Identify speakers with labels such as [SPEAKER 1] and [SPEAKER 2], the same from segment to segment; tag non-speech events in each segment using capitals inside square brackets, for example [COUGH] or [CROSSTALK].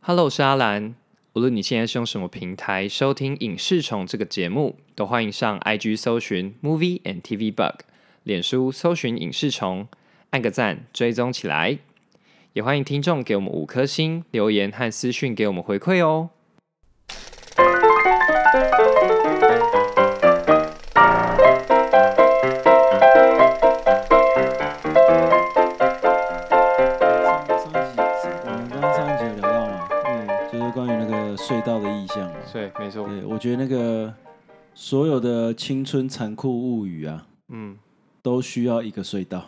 [SPEAKER 1] Hello，我是阿兰。无论你现在是用什么平台收听《影视虫》这个节目，都欢迎上 IG 搜寻 Movie and TV Bug，脸书搜寻影视虫，按个赞追踪起来。也欢迎听众给我们五颗星留言和私讯给我们回馈哦。
[SPEAKER 2] 上上一集我们刚刚上一集有聊到嘛，
[SPEAKER 1] 嗯，
[SPEAKER 2] 就是关于那个隧道的意象嘛。
[SPEAKER 1] 对，没错，
[SPEAKER 2] 对，我觉得那个所有的青春残酷物语啊，
[SPEAKER 1] 嗯，
[SPEAKER 2] 都需要一个隧道，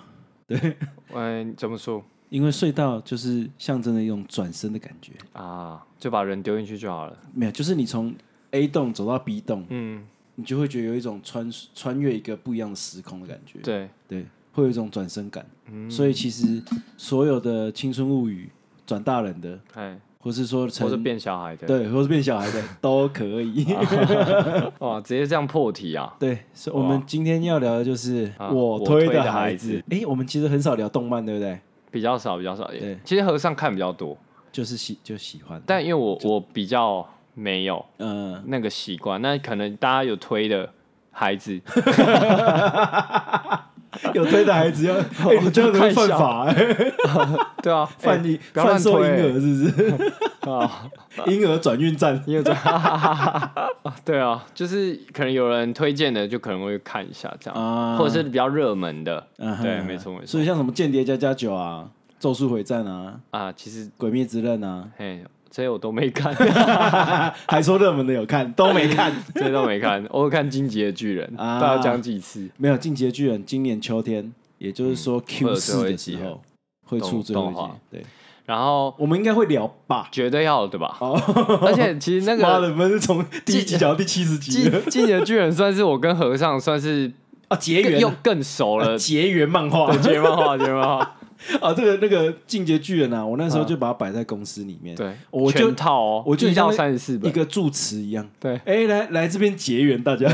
[SPEAKER 1] 嗯、怎么说
[SPEAKER 2] 因为隧道就是象征着一种转身的感觉。
[SPEAKER 1] 啊？就把人丢进去就好了。
[SPEAKER 2] 没有，就是你从 A 栋走到 B 栋，
[SPEAKER 1] 嗯，
[SPEAKER 2] 你就会觉得有一种穿穿越一个不一样的时空的感觉。
[SPEAKER 1] 对，
[SPEAKER 2] 对，会有一种转身感。
[SPEAKER 1] 嗯
[SPEAKER 2] 所以其实所有的青春物语，转大人的，
[SPEAKER 1] 哎，
[SPEAKER 2] 或是说成
[SPEAKER 1] 变小孩，啊
[SPEAKER 2] 对，或是变小孩的都可以。
[SPEAKER 1] 哇，直接这样破题啊！
[SPEAKER 2] 对，所以我们今天要聊的就是
[SPEAKER 1] 啊
[SPEAKER 2] 我
[SPEAKER 1] 我
[SPEAKER 2] 推
[SPEAKER 1] 推
[SPEAKER 2] 的
[SPEAKER 1] 的孩
[SPEAKER 2] 孩
[SPEAKER 1] 子
[SPEAKER 2] 子。哎、我们其实很少聊动漫，对不对？
[SPEAKER 1] 比较少，比较少。
[SPEAKER 2] 对
[SPEAKER 1] 其实和尚看比较多，
[SPEAKER 2] 就是喜就喜欢，
[SPEAKER 1] 但因为我我比较没有
[SPEAKER 2] 嗯、呃，
[SPEAKER 1] 那个习惯，那可能大家有推的孩
[SPEAKER 2] [LAUGHS]
[SPEAKER 1] 子，
[SPEAKER 2] 有推的孩子
[SPEAKER 1] [LAUGHS]
[SPEAKER 2] 要，哎、你这样子会犯法、欸，
[SPEAKER 1] 对啊，
[SPEAKER 2] [LAUGHS] 犯
[SPEAKER 1] 哎
[SPEAKER 2] 你、
[SPEAKER 1] 不要
[SPEAKER 2] 贩
[SPEAKER 1] 乱
[SPEAKER 2] 售婴
[SPEAKER 1] 推欸
[SPEAKER 2] 儿是不
[SPEAKER 1] [LAUGHS]
[SPEAKER 2] 是？
[SPEAKER 1] 啊，
[SPEAKER 2] [LAUGHS] 婴儿转
[SPEAKER 1] [LAUGHS]
[SPEAKER 2] 运站，
[SPEAKER 1] 因为这对啊，就是可能有人推荐的，就可能会看一下这样，
[SPEAKER 2] 啊
[SPEAKER 1] 或者是比较热门的，
[SPEAKER 2] 嗯哼
[SPEAKER 1] 对，没错没错
[SPEAKER 2] 所以像什么间谍加加九啊，咒术回战啊，
[SPEAKER 1] 啊。其实
[SPEAKER 2] 鬼灭之刃啊，
[SPEAKER 1] 嘿，这些我都没看， [LAUGHS]
[SPEAKER 2] 还说热门的有看，都没看。
[SPEAKER 1] 这些都没看，我有看《进击的巨人》，
[SPEAKER 2] 啊
[SPEAKER 1] 大家讲几次？
[SPEAKER 2] 没有《进击的巨人》，今年秋天，也就是说
[SPEAKER 1] 嗯会
[SPEAKER 2] Q
[SPEAKER 1] 有最
[SPEAKER 2] 四
[SPEAKER 1] 后一
[SPEAKER 2] 的
[SPEAKER 1] 集
[SPEAKER 2] 时
[SPEAKER 1] 啊
[SPEAKER 2] 候会
[SPEAKER 1] 动
[SPEAKER 2] 出最后一
[SPEAKER 1] 动
[SPEAKER 2] 集
[SPEAKER 1] 画。
[SPEAKER 2] 对，
[SPEAKER 1] 然后
[SPEAKER 2] 我们应该会聊吧。
[SPEAKER 1] 绝对要的对吧？而且其实那
[SPEAKER 2] 哦妈
[SPEAKER 1] 个
[SPEAKER 2] 的，我们是从第一集讲到第七
[SPEAKER 1] 《
[SPEAKER 2] 十集
[SPEAKER 1] 进
[SPEAKER 2] 了
[SPEAKER 1] 进击的巨人》算是我跟和尚算是
[SPEAKER 2] 啊！结
[SPEAKER 1] 更又
[SPEAKER 2] 缘
[SPEAKER 1] 更熟了
[SPEAKER 2] 啊，。结缘漫画
[SPEAKER 1] 对，睫毛画，睫毛画，
[SPEAKER 2] [LAUGHS] 啊，这个那个《进阶巨人》啊，我那时候
[SPEAKER 1] 啊
[SPEAKER 2] 就把它摆在公司里面，
[SPEAKER 1] 对，
[SPEAKER 2] 我就
[SPEAKER 1] 全套哦，
[SPEAKER 2] 我就
[SPEAKER 1] 一
[SPEAKER 2] 像
[SPEAKER 1] 到
[SPEAKER 2] 那
[SPEAKER 1] 三十四
[SPEAKER 2] 一
[SPEAKER 1] 本，
[SPEAKER 2] 个祝词一样。 [LAUGHS]
[SPEAKER 1] 对，
[SPEAKER 2] 哎，来来这边结
[SPEAKER 1] [LAUGHS]
[SPEAKER 2] 缘大家。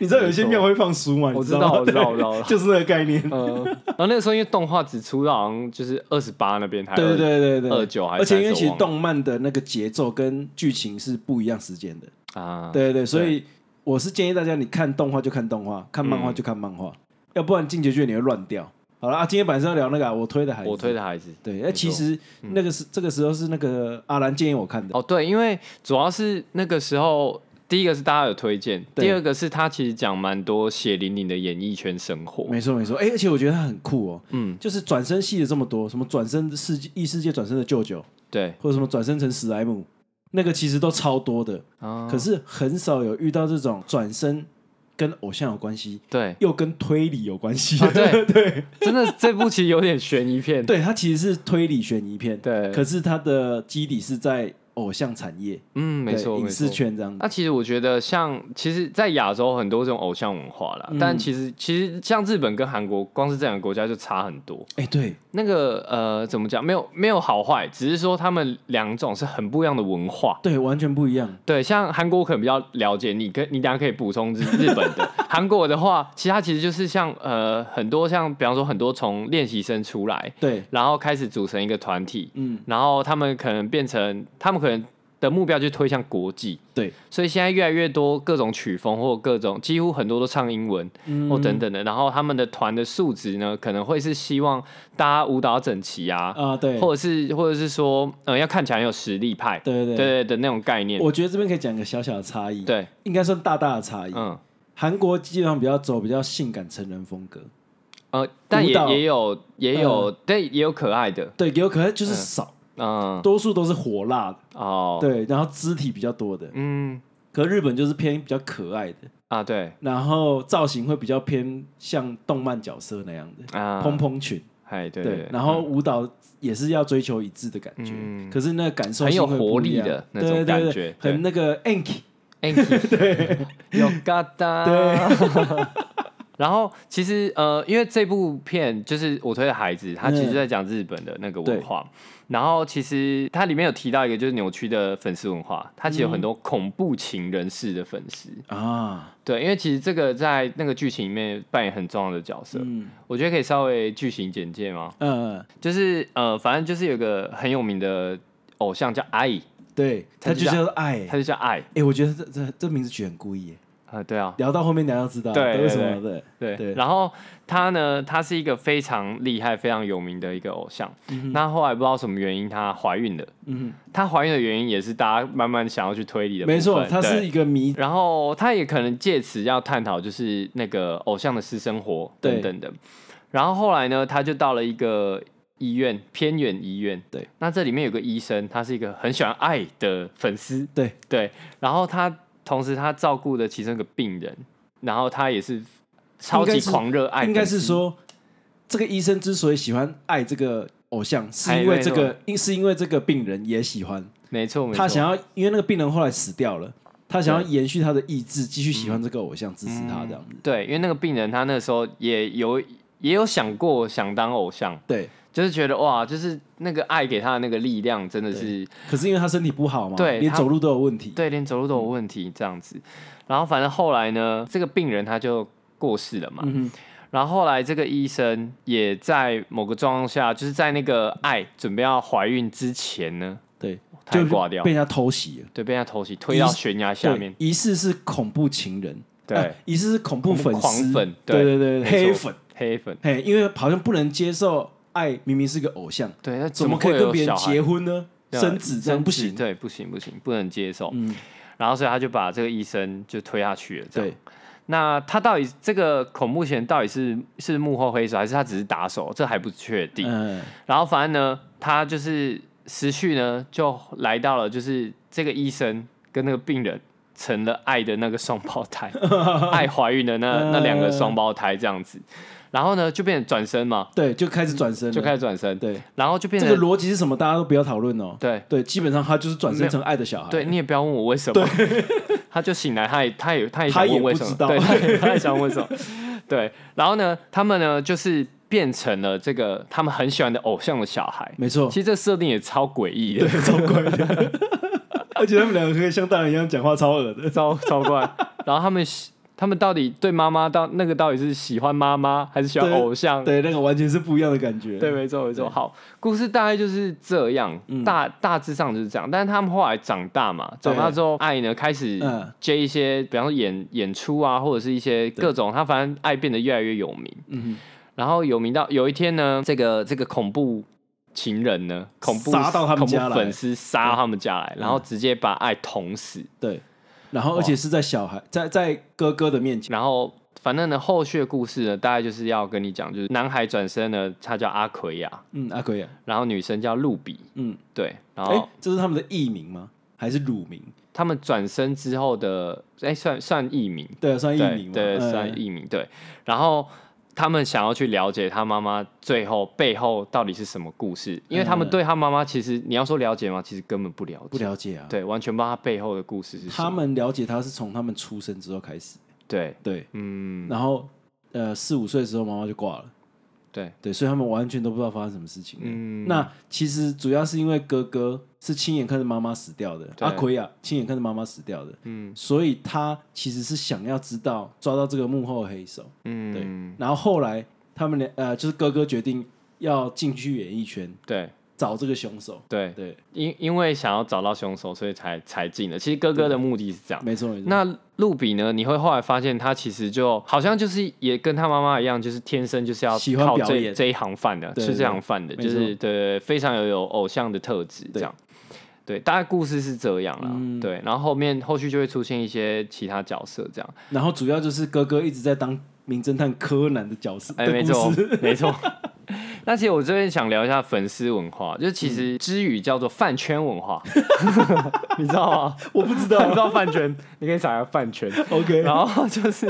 [SPEAKER 2] 你知道有些庙会放书吗？
[SPEAKER 1] 我
[SPEAKER 2] 你
[SPEAKER 1] 知
[SPEAKER 2] 道吗
[SPEAKER 1] 道，我知道，我
[SPEAKER 2] 对
[SPEAKER 1] 知道。我知道
[SPEAKER 2] [LAUGHS] 就是那个概念。
[SPEAKER 1] 嗯，然后那个时候因为动画只出到好像就是二十八那边，还
[SPEAKER 2] 对对对对对，
[SPEAKER 1] 29还是
[SPEAKER 2] 而且因
[SPEAKER 1] 30
[SPEAKER 2] 为其实
[SPEAKER 1] 忘了
[SPEAKER 2] 动漫的那个节奏跟剧情是不一样时间的，
[SPEAKER 1] 对嗯啊，
[SPEAKER 2] 对对对，所以我是建议大家，你看动画就看动画，看漫画就看漫画，要不然进结局你会乱掉。好了啊，今天晚上要聊那个啊、我推的孩子，
[SPEAKER 1] 我推。的孩子。
[SPEAKER 2] 对，
[SPEAKER 1] 没
[SPEAKER 2] 那
[SPEAKER 1] 错嗯
[SPEAKER 2] 其实那个是、这个时候是那个阿兰建议我看的，
[SPEAKER 1] 哦，对，因为主要是那个时候，第一个是大家有推荐，
[SPEAKER 2] 对
[SPEAKER 1] 第二个是他其实讲蛮多血淋淋的演艺圈生活。
[SPEAKER 2] 没错没错。哎、而且我觉得他很酷哦，
[SPEAKER 1] 嗯，
[SPEAKER 2] 就是转身戏的这么多，什么转身世界异世界转身的舅舅，
[SPEAKER 1] 对
[SPEAKER 2] 或者什么转身成史莱姆，那个其实都超多的，
[SPEAKER 1] 啊，
[SPEAKER 2] 可是很少有遇到这种转身跟偶像有关系， [LAUGHS]
[SPEAKER 1] 对
[SPEAKER 2] 又跟推理有关系的。
[SPEAKER 1] 啊，对对，真的这部其实有点悬疑片。
[SPEAKER 2] [LAUGHS] 对，它其实是推理悬疑片，
[SPEAKER 1] 对
[SPEAKER 2] 可是它的基底是在偶像产业，
[SPEAKER 1] 嗯，没
[SPEAKER 2] 对
[SPEAKER 1] 错，没
[SPEAKER 2] 影视
[SPEAKER 1] 错。
[SPEAKER 2] 圈这样。
[SPEAKER 1] 那其实我觉得像，其实，在亚洲很多这种偶像文化啦，但其实其实像日本跟韩国，光是这两个国家就差很多。
[SPEAKER 2] 哎、对，
[SPEAKER 1] 那个呃，怎么讲？没有没有好坏，只是说他们两种是很不一样的文化。
[SPEAKER 2] 对，完全不一样。
[SPEAKER 1] 对，像韩国我可能比较了解，你跟你等一下可以补充日日本的。 [LAUGHS] 韩国的话，其他其实就是像呃很多像，比方说很多从练习生出来，
[SPEAKER 2] 对，
[SPEAKER 1] 然后开始组成一个团体，
[SPEAKER 2] 嗯，
[SPEAKER 1] 然后他们可能变成他们可能的目标就推向国际，
[SPEAKER 2] 对，
[SPEAKER 1] 所以现在越来越多各种曲风或各种几乎很多都唱英文、
[SPEAKER 2] 嗯
[SPEAKER 1] 或哦等等的，然后他们的团的素质呢，可能会是希望大家舞蹈整齐啊，
[SPEAKER 2] 啊、对，
[SPEAKER 1] 或者是或者是说嗯、呃要看起来很有实力派，
[SPEAKER 2] 对对
[SPEAKER 1] 对
[SPEAKER 2] 对。
[SPEAKER 1] 对的那种概念，
[SPEAKER 2] 我觉得这边可以讲一个小小的差异，，
[SPEAKER 1] 对，
[SPEAKER 2] 应该算大大的差异。
[SPEAKER 1] 嗯
[SPEAKER 2] 韩、国基本上比较走比较性感成人风格，
[SPEAKER 1] 呃，但也
[SPEAKER 2] 舞蹈嗯
[SPEAKER 1] 也有也有、但也有可爱的，
[SPEAKER 2] 对，有可能就是少，
[SPEAKER 1] 嗯
[SPEAKER 2] 多数都是火辣的，
[SPEAKER 1] 哦，
[SPEAKER 2] 对，然后肢体比较多的。
[SPEAKER 1] 嗯
[SPEAKER 2] 可日本就是偏比较可爱的，
[SPEAKER 1] 啊对
[SPEAKER 2] 然后造型会比较偏像动漫角色那样的
[SPEAKER 1] 啊，
[SPEAKER 2] 蓬蓬裙，
[SPEAKER 1] 哎对
[SPEAKER 2] 对，然后舞蹈也是要追求一致的感觉，
[SPEAKER 1] 嗯
[SPEAKER 2] 可是那个感受
[SPEAKER 1] 很有
[SPEAKER 2] 性会不
[SPEAKER 1] 活力
[SPEAKER 2] 一样
[SPEAKER 1] 的那
[SPEAKER 2] 对
[SPEAKER 1] 种
[SPEAKER 2] 对对
[SPEAKER 1] 感
[SPEAKER 2] 对
[SPEAKER 1] 觉对
[SPEAKER 2] 很那个 ank，
[SPEAKER 1] Anki，对，有嘎达，对。 [LAUGHS] 然后其实呃，因为这部片就是我推的孩子，他其实在讲日本的那个文化。然后其实它里面有提到一个就是扭曲的粉丝文化，它其实有很多恐怖情人式的粉丝。
[SPEAKER 2] 啊，
[SPEAKER 1] 对，因为其实这个在那个剧情里面扮演很重要的角色。
[SPEAKER 2] 嗯
[SPEAKER 1] 我觉得可以稍微剧情简介吗？
[SPEAKER 2] 呃
[SPEAKER 1] 就是呃，反正就是有个很有名的偶像叫爱，
[SPEAKER 2] 对，他就叫做爱。
[SPEAKER 1] 他就叫爱
[SPEAKER 2] 哎，我觉得这这这名字取很故意耶。
[SPEAKER 1] 啊，对啊，
[SPEAKER 2] 聊到后面你要知道
[SPEAKER 1] 对
[SPEAKER 2] 为什么对对
[SPEAKER 1] 对。然后他呢，他是一个非常厉害、非常有名的一个偶像。那后来不知道什么原因，她怀孕了。
[SPEAKER 2] 嗯
[SPEAKER 1] 她怀孕的原因也是大家慢慢想要去推理的部
[SPEAKER 2] 哼，
[SPEAKER 1] 分。
[SPEAKER 2] 没错，他
[SPEAKER 1] 对
[SPEAKER 2] 是一个迷，
[SPEAKER 1] 然后他也可能借此要探讨，就是那个偶像的私生活等
[SPEAKER 2] 对
[SPEAKER 1] 等的。然后后来呢，他就到了一个医院，偏远医院。
[SPEAKER 2] 对，
[SPEAKER 1] 那这里面有个医生，他是一个很喜欢爱的粉丝。
[SPEAKER 2] 对
[SPEAKER 1] 对，然后他同时他照顾的其中一个病人，然后他也是超
[SPEAKER 2] 应
[SPEAKER 1] 级
[SPEAKER 2] 该是
[SPEAKER 1] 狂热爱，
[SPEAKER 2] 应该是。说这个医生之所以喜欢爱这个偶像，是
[SPEAKER 1] 哎
[SPEAKER 2] 因为
[SPEAKER 1] 没
[SPEAKER 2] 这
[SPEAKER 1] 错
[SPEAKER 2] 个因是因为这个病人也喜欢
[SPEAKER 1] 没错，没错。
[SPEAKER 2] 他想要，因为那个病人后来死掉了，他想要延续他的意志，继续
[SPEAKER 1] 嗯
[SPEAKER 2] 喜欢这个偶像，支持他这样子。
[SPEAKER 1] 对，因为那个病人他那时候也有也有想过想当偶像，
[SPEAKER 2] 对，
[SPEAKER 1] 就是觉得哇，就是那个爱给他的那个力量真的是
[SPEAKER 2] 可是因为他身体不好嘛，
[SPEAKER 1] 对
[SPEAKER 2] 连
[SPEAKER 1] 他
[SPEAKER 2] 走路都有问题。
[SPEAKER 1] 对，连走路都有问题这样子。然后反正后来呢，这个病人他就过世了嘛。
[SPEAKER 2] 嗯哼，
[SPEAKER 1] 然后后来这个医生也在某个状况下，就是在那个爱准备要怀孕之前呢，
[SPEAKER 2] 对，
[SPEAKER 1] 他也
[SPEAKER 2] 就
[SPEAKER 1] 挂掉
[SPEAKER 2] 被，人家偷袭了。
[SPEAKER 1] 对，被他偷袭推到
[SPEAKER 2] 医
[SPEAKER 1] 悬崖下
[SPEAKER 2] 对
[SPEAKER 1] 面。
[SPEAKER 2] 疑似是恐怖情人，
[SPEAKER 1] 对
[SPEAKER 2] 啊疑似是恐怖粉丝，
[SPEAKER 1] 狂粉
[SPEAKER 2] 对
[SPEAKER 1] 对
[SPEAKER 2] 对对，
[SPEAKER 1] 没错
[SPEAKER 2] 黑粉，
[SPEAKER 1] 黑粉，
[SPEAKER 2] 嘿，因为好像不能接受爱明明是个偶像，
[SPEAKER 1] 对，那
[SPEAKER 2] 怎么可
[SPEAKER 1] 会
[SPEAKER 2] 以跟
[SPEAKER 1] 有
[SPEAKER 2] 别人
[SPEAKER 1] 小孩
[SPEAKER 2] 结婚呢？
[SPEAKER 1] 对啊
[SPEAKER 2] 生子这样不行，
[SPEAKER 1] 对，不行不行，不能接受。
[SPEAKER 2] 嗯
[SPEAKER 1] 然后所以他就把这个医生就推下去了。这样
[SPEAKER 2] 对，
[SPEAKER 1] 那他到底这个恐怖前到底是是幕后黑手，还是他只是打手？这还不确定。
[SPEAKER 2] 嗯，
[SPEAKER 1] 然后反正呢，他就是时序呢，就来到了就是这个医生跟那个病人成了爱的那个双胞
[SPEAKER 2] [LAUGHS]
[SPEAKER 1] 胎，爱怀孕的那那两个双胞胎这样子。然后呢，就变成转身嘛，
[SPEAKER 2] 对，就开始转身了，
[SPEAKER 1] 就开始转身，
[SPEAKER 2] 嗯对，
[SPEAKER 1] 然后就变
[SPEAKER 2] 这
[SPEAKER 1] 成
[SPEAKER 2] 个逻辑是什么？大家都不要讨论哦。
[SPEAKER 1] 对
[SPEAKER 2] 对，基本上他就是转
[SPEAKER 1] 没
[SPEAKER 2] 身
[SPEAKER 1] 有
[SPEAKER 2] 成爱的小孩，
[SPEAKER 1] 对，你也不要问我为什么。 [LAUGHS] 他就醒来，他也他也他也想
[SPEAKER 2] 他
[SPEAKER 1] 问
[SPEAKER 2] 也不
[SPEAKER 1] 为什
[SPEAKER 2] 知
[SPEAKER 1] 么，
[SPEAKER 2] 道
[SPEAKER 1] 对，他也他也想问为什么。对，然后呢，他们呢就是变成了这个他们很喜欢的偶像的小孩。
[SPEAKER 2] 没错，
[SPEAKER 1] 其实这设定也超诡异的，
[SPEAKER 2] [LAUGHS] 超怪的。而且他们两个可以像大人一样讲话，超恶
[SPEAKER 1] [LAUGHS]
[SPEAKER 2] 的。
[SPEAKER 1] 超超怪。然后他们喜他们到底对妈妈到那个到底是喜欢妈妈还是喜欢偶像？
[SPEAKER 2] 对，那个完全是不一样的感觉。
[SPEAKER 1] 对，没错没错。好，故事大概就是这样，
[SPEAKER 2] 嗯
[SPEAKER 1] 大大致上就是这样。但是他们后来长大嘛，长大之后，爱呢开始
[SPEAKER 2] 嗯
[SPEAKER 1] 接一些，比方说演演出啊，或者是一些各种，他反正爱变得越来越有名。
[SPEAKER 2] 嗯
[SPEAKER 1] 然后有名到有一天呢，这个这个恐怖情人呢，恐怖
[SPEAKER 2] 杀到他们
[SPEAKER 1] 恐怖
[SPEAKER 2] 家来嗯
[SPEAKER 1] 粉丝杀到他们家来，然后直接把爱捅死。
[SPEAKER 2] 对。然后，而且是在小孩，在在哥哥的面前，
[SPEAKER 1] 然后反正呢，后续的故事呢，大概就是要跟你讲，就是男孩转身呢，他叫阿奎亚，
[SPEAKER 2] 嗯，阿奎啊，
[SPEAKER 1] 然后女生叫露比，
[SPEAKER 2] 嗯，
[SPEAKER 1] 对，然
[SPEAKER 2] 哎
[SPEAKER 1] 后，
[SPEAKER 2] 这是他们的艺名吗？还是乳名？
[SPEAKER 1] 他们转身之后的，哎，算算艺名，
[SPEAKER 2] 对啊，算艺
[SPEAKER 1] 对
[SPEAKER 2] 名嘛，
[SPEAKER 1] 对，
[SPEAKER 2] 嗯
[SPEAKER 1] 算艺名，对，然后。他们想要去了解他妈妈最后背后到底是什么故事，因为他们
[SPEAKER 2] 嗯
[SPEAKER 1] 对他妈妈其实你要说了解吗？其实根本不了解，
[SPEAKER 2] 不了解啊。，
[SPEAKER 1] 对，完全不知道他背后的故事是什
[SPEAKER 2] 他
[SPEAKER 1] 么。
[SPEAKER 2] 们了解他是从他们出生之后开始，
[SPEAKER 1] 对，
[SPEAKER 2] 对，
[SPEAKER 1] 嗯，
[SPEAKER 2] 然后呃四五岁的时候妈妈就挂了，
[SPEAKER 1] 对，
[SPEAKER 2] 对，所以他们完全都不知道发生什么事情。
[SPEAKER 1] 嗯，
[SPEAKER 2] 那其实主要是因为哥哥是亲眼看着妈妈死掉的，
[SPEAKER 1] 对
[SPEAKER 2] 阿奎啊亲眼看着妈妈死掉的，
[SPEAKER 1] 嗯
[SPEAKER 2] 所以他其实是想要知道抓到这个幕后黑手。
[SPEAKER 1] 嗯，
[SPEAKER 2] 然后后来他们俩呃，就是哥哥决定要进去演艺圈
[SPEAKER 1] 对
[SPEAKER 2] 找这个凶手。
[SPEAKER 1] 对，
[SPEAKER 2] 对，
[SPEAKER 1] 因因为想要找到凶手，所以才才进的。其实哥哥的目的是这样。
[SPEAKER 2] 没错没错。
[SPEAKER 1] 那露比呢？你会后来发现，他其实就好像就是也跟他妈妈一样，就是天生就是要
[SPEAKER 2] 喜欢
[SPEAKER 1] 靠
[SPEAKER 2] 表
[SPEAKER 1] 这
[SPEAKER 2] 演
[SPEAKER 1] 这一行饭的，
[SPEAKER 2] 对
[SPEAKER 1] 吃
[SPEAKER 2] 对
[SPEAKER 1] 这行饭的，
[SPEAKER 2] 没
[SPEAKER 1] 就是对非常有有偶像的特质这样。对，大概故事是这样啦。
[SPEAKER 2] 嗯
[SPEAKER 1] 对，然后后面后续就会出现一些其他角色这样。
[SPEAKER 2] 然后主要就是哥哥一直在当名侦探柯南的角色
[SPEAKER 1] 哎、
[SPEAKER 2] 的
[SPEAKER 1] 没
[SPEAKER 2] 故
[SPEAKER 1] 错
[SPEAKER 2] 事。，
[SPEAKER 1] 没错。 [LAUGHS] 那其实我这边想聊一下粉丝文化，就是其实
[SPEAKER 2] 嗯
[SPEAKER 1] 之语叫做饭圈文
[SPEAKER 2] [LAUGHS]
[SPEAKER 1] 化， [LAUGHS] 你知道吗？
[SPEAKER 2] 啊我不知
[SPEAKER 1] [LAUGHS] 你知
[SPEAKER 2] 道
[SPEAKER 1] 道饭圈，你可以查一下饭圈。
[SPEAKER 2] ，OK，
[SPEAKER 1] 然后就是